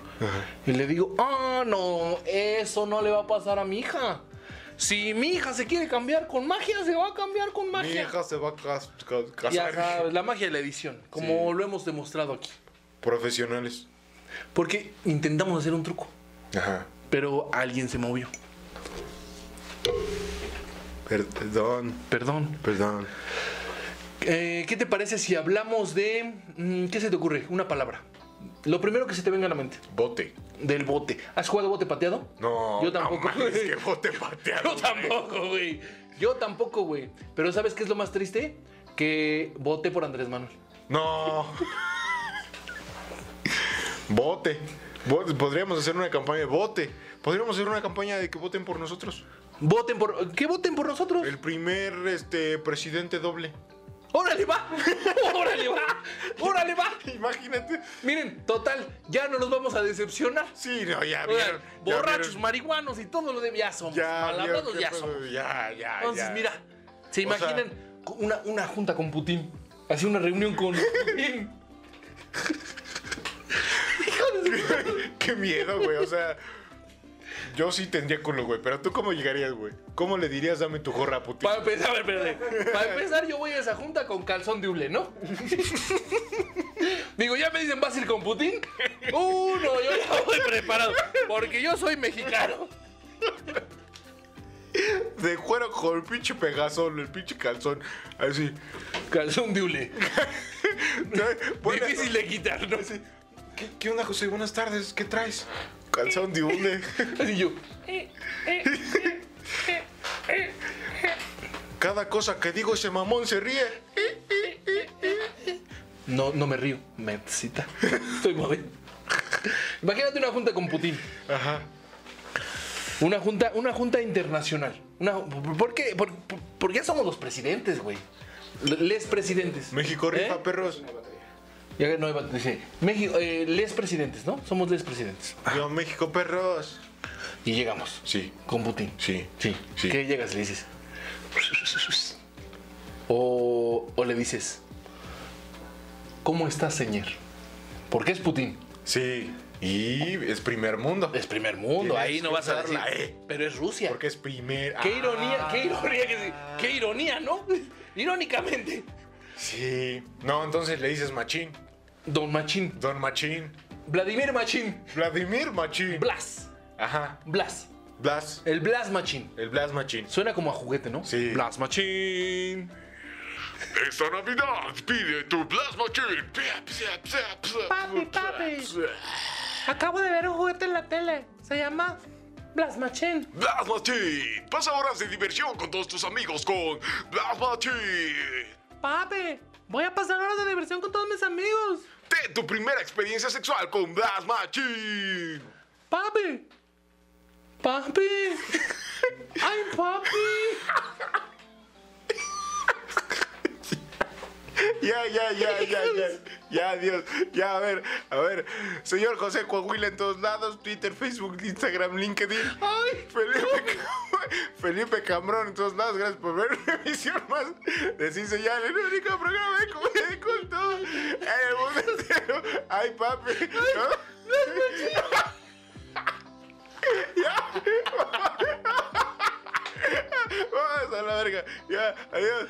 [SPEAKER 4] Y le digo, ah, no, eso no le va a pasar a mi hija. Si mi hija se quiere cambiar con magia, se va a cambiar con
[SPEAKER 3] Mi
[SPEAKER 4] magia.
[SPEAKER 3] hija se va a cas- ca-
[SPEAKER 4] Pues, Ya
[SPEAKER 3] casar.
[SPEAKER 4] sabes, la magia de la edición, como lo hemos demostrado aquí.
[SPEAKER 3] Profesionales.
[SPEAKER 4] Porque intentamos hacer un truco,
[SPEAKER 3] Ajá.
[SPEAKER 4] pero alguien se movió.
[SPEAKER 3] Perdón,
[SPEAKER 4] Perdón.
[SPEAKER 3] perdón.
[SPEAKER 4] Eh, ¿Qué te parece si hablamos de... mm, ¿Qué se te ocurre? Una palabra. Lo primero que se te venga a la mente.
[SPEAKER 3] Bote.
[SPEAKER 4] Del bote. ¿Has jugado bote pateado?
[SPEAKER 3] No.
[SPEAKER 4] Yo tampoco.
[SPEAKER 3] No mames, que bote pateado.
[SPEAKER 4] Yo tampoco, güey. Yo tampoco, güey. Pero ¿sabes qué es lo más triste? Que voté por Andrés Manuel.
[SPEAKER 3] No. Bote. Bo- Podríamos hacer una campaña de bote. Podríamos hacer una campaña de que voten por nosotros.
[SPEAKER 4] Voten por. Que voten por nosotros.
[SPEAKER 3] El primer este, presidente doble.
[SPEAKER 4] ¡Órale, va! ¡Órale, va! ¡Órale, va!
[SPEAKER 3] Imagínate.
[SPEAKER 4] Miren, total, ya no nos vamos a decepcionar.
[SPEAKER 3] Sí, no, ya
[SPEAKER 4] Oigan,
[SPEAKER 3] vieron. ya
[SPEAKER 4] borrachos,
[SPEAKER 3] vieron.
[SPEAKER 4] marihuanos y todo lo de ya somos.
[SPEAKER 3] Ya, vieron
[SPEAKER 4] malhablados
[SPEAKER 3] qué
[SPEAKER 4] ya
[SPEAKER 3] pedo.
[SPEAKER 4] somos.
[SPEAKER 3] Ya, ya,
[SPEAKER 4] Entonces,
[SPEAKER 3] ya.
[SPEAKER 4] mira, se
[SPEAKER 3] O sea-
[SPEAKER 4] imaginan una, una junta con Putin. Así una reunión con Putin.
[SPEAKER 3] Qué miedo, güey. O sea, yo sí tendría culo, güey. Pero tú, ¿cómo llegarías, güey? ¿Cómo le dirías, dame tu gorra, putín?
[SPEAKER 4] Para empezar, a ver, espérate. Para empezar, yo voy a esa junta con calzón de hule, ¿no? Digo, ya me dicen, ¿vas a ir con Putin? Uno, yo ya voy preparado. Porque yo soy mexicano.
[SPEAKER 3] De cuero con el pinche pegaso, el pinche calzón. Así.
[SPEAKER 4] Calzón de hule.
[SPEAKER 3] Buena-
[SPEAKER 4] Difícil de quitar, ¿no?
[SPEAKER 3] ¿Qué, qué onda, José? Buenas tardes. ¿Qué traes? Calzón de hule.
[SPEAKER 4] Así yo.
[SPEAKER 3] Cada cosa que digo ese mamón se ríe.
[SPEAKER 4] No, no me río, me excita. Estoy móvil. Imagínate una junta con Putin.
[SPEAKER 3] Ajá.
[SPEAKER 4] Una junta, una junta internacional. Una, ¿Por qué? Por, por- porque ya somos los presidentes, güey. L- Les presidentes.
[SPEAKER 3] México
[SPEAKER 4] ¿Eh?
[SPEAKER 3] rifa, perros.
[SPEAKER 4] Ya no iba- dice, México, eh, les presidentes, ¿no? Somos les presidentes.
[SPEAKER 3] Yo, México, perros.
[SPEAKER 4] Y llegamos.
[SPEAKER 3] Sí.
[SPEAKER 4] Con Putin.
[SPEAKER 3] Sí.
[SPEAKER 4] Sí.
[SPEAKER 3] Sí.
[SPEAKER 4] ¿Qué llegas? Le dices. O, o le dices. ¿Cómo estás, señor? Porque es Putin.
[SPEAKER 3] Sí. Y es primer mundo.
[SPEAKER 4] Es primer mundo,
[SPEAKER 3] Tienes
[SPEAKER 4] ahí no
[SPEAKER 3] que
[SPEAKER 4] vas a
[SPEAKER 3] usar
[SPEAKER 4] decir.
[SPEAKER 3] la E.
[SPEAKER 4] Pero es Rusia.
[SPEAKER 3] Porque es primer.
[SPEAKER 4] Qué
[SPEAKER 3] Ah,
[SPEAKER 4] ironía, qué ironía, que sí, qué ironía, ¿no? Irónicamente.
[SPEAKER 3] Sí. No, entonces le dices Machín.
[SPEAKER 4] Don Machín,
[SPEAKER 3] Don Machín.
[SPEAKER 4] Vladimir Machín,
[SPEAKER 3] Vladimir Machín.
[SPEAKER 4] Blas,
[SPEAKER 3] Ajá.
[SPEAKER 4] Blas,
[SPEAKER 3] Blas.
[SPEAKER 4] el Blas Machín.
[SPEAKER 3] El Blas Machín.
[SPEAKER 4] Suena como a juguete, ¿no?
[SPEAKER 3] Sí.
[SPEAKER 4] Blas Machín.
[SPEAKER 2] Esta Navidad pide tu plasma chin.
[SPEAKER 7] Papi, papi. Acabo de ver un juguete en la tele. Se llama Blasmachín.
[SPEAKER 2] Plasma chin. Pasa horas de diversión con todos tus amigos con plasma chin.
[SPEAKER 7] Papi, voy a pasar horas de diversión con todos mis amigos.
[SPEAKER 2] Ten tu primera experiencia sexual con plasma chin.
[SPEAKER 7] Papi. Papi. Ay, papi.
[SPEAKER 3] Ya, ya, ya, ya, ya. Ya, Dios. Ya, a ver, a ver. Señor José Coahuila en todos lados: Twitter, Facebook, Instagram, LinkedIn.
[SPEAKER 7] Ay.
[SPEAKER 3] Felipe, Cam- Felipe Cambrón en todos lados. Gracias por ver una emisión más de Sin Señal, el único programa de comedia de culto en el mundo entero. Ay, papi. ¿no? Ya. Vamos a la verga. Ya, adiós.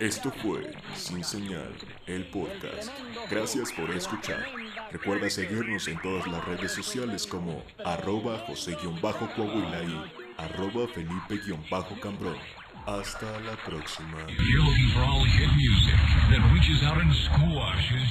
[SPEAKER 2] Esto fue Sin Señal, el podcast. Gracias por escuchar. Recuerda seguirnos en todas las redes sociales como arroba José-Coahuila y arroba Felipe-Cambrón. Hasta la próxima.
[SPEAKER 8] Yearly for all hit music that reaches out and squashes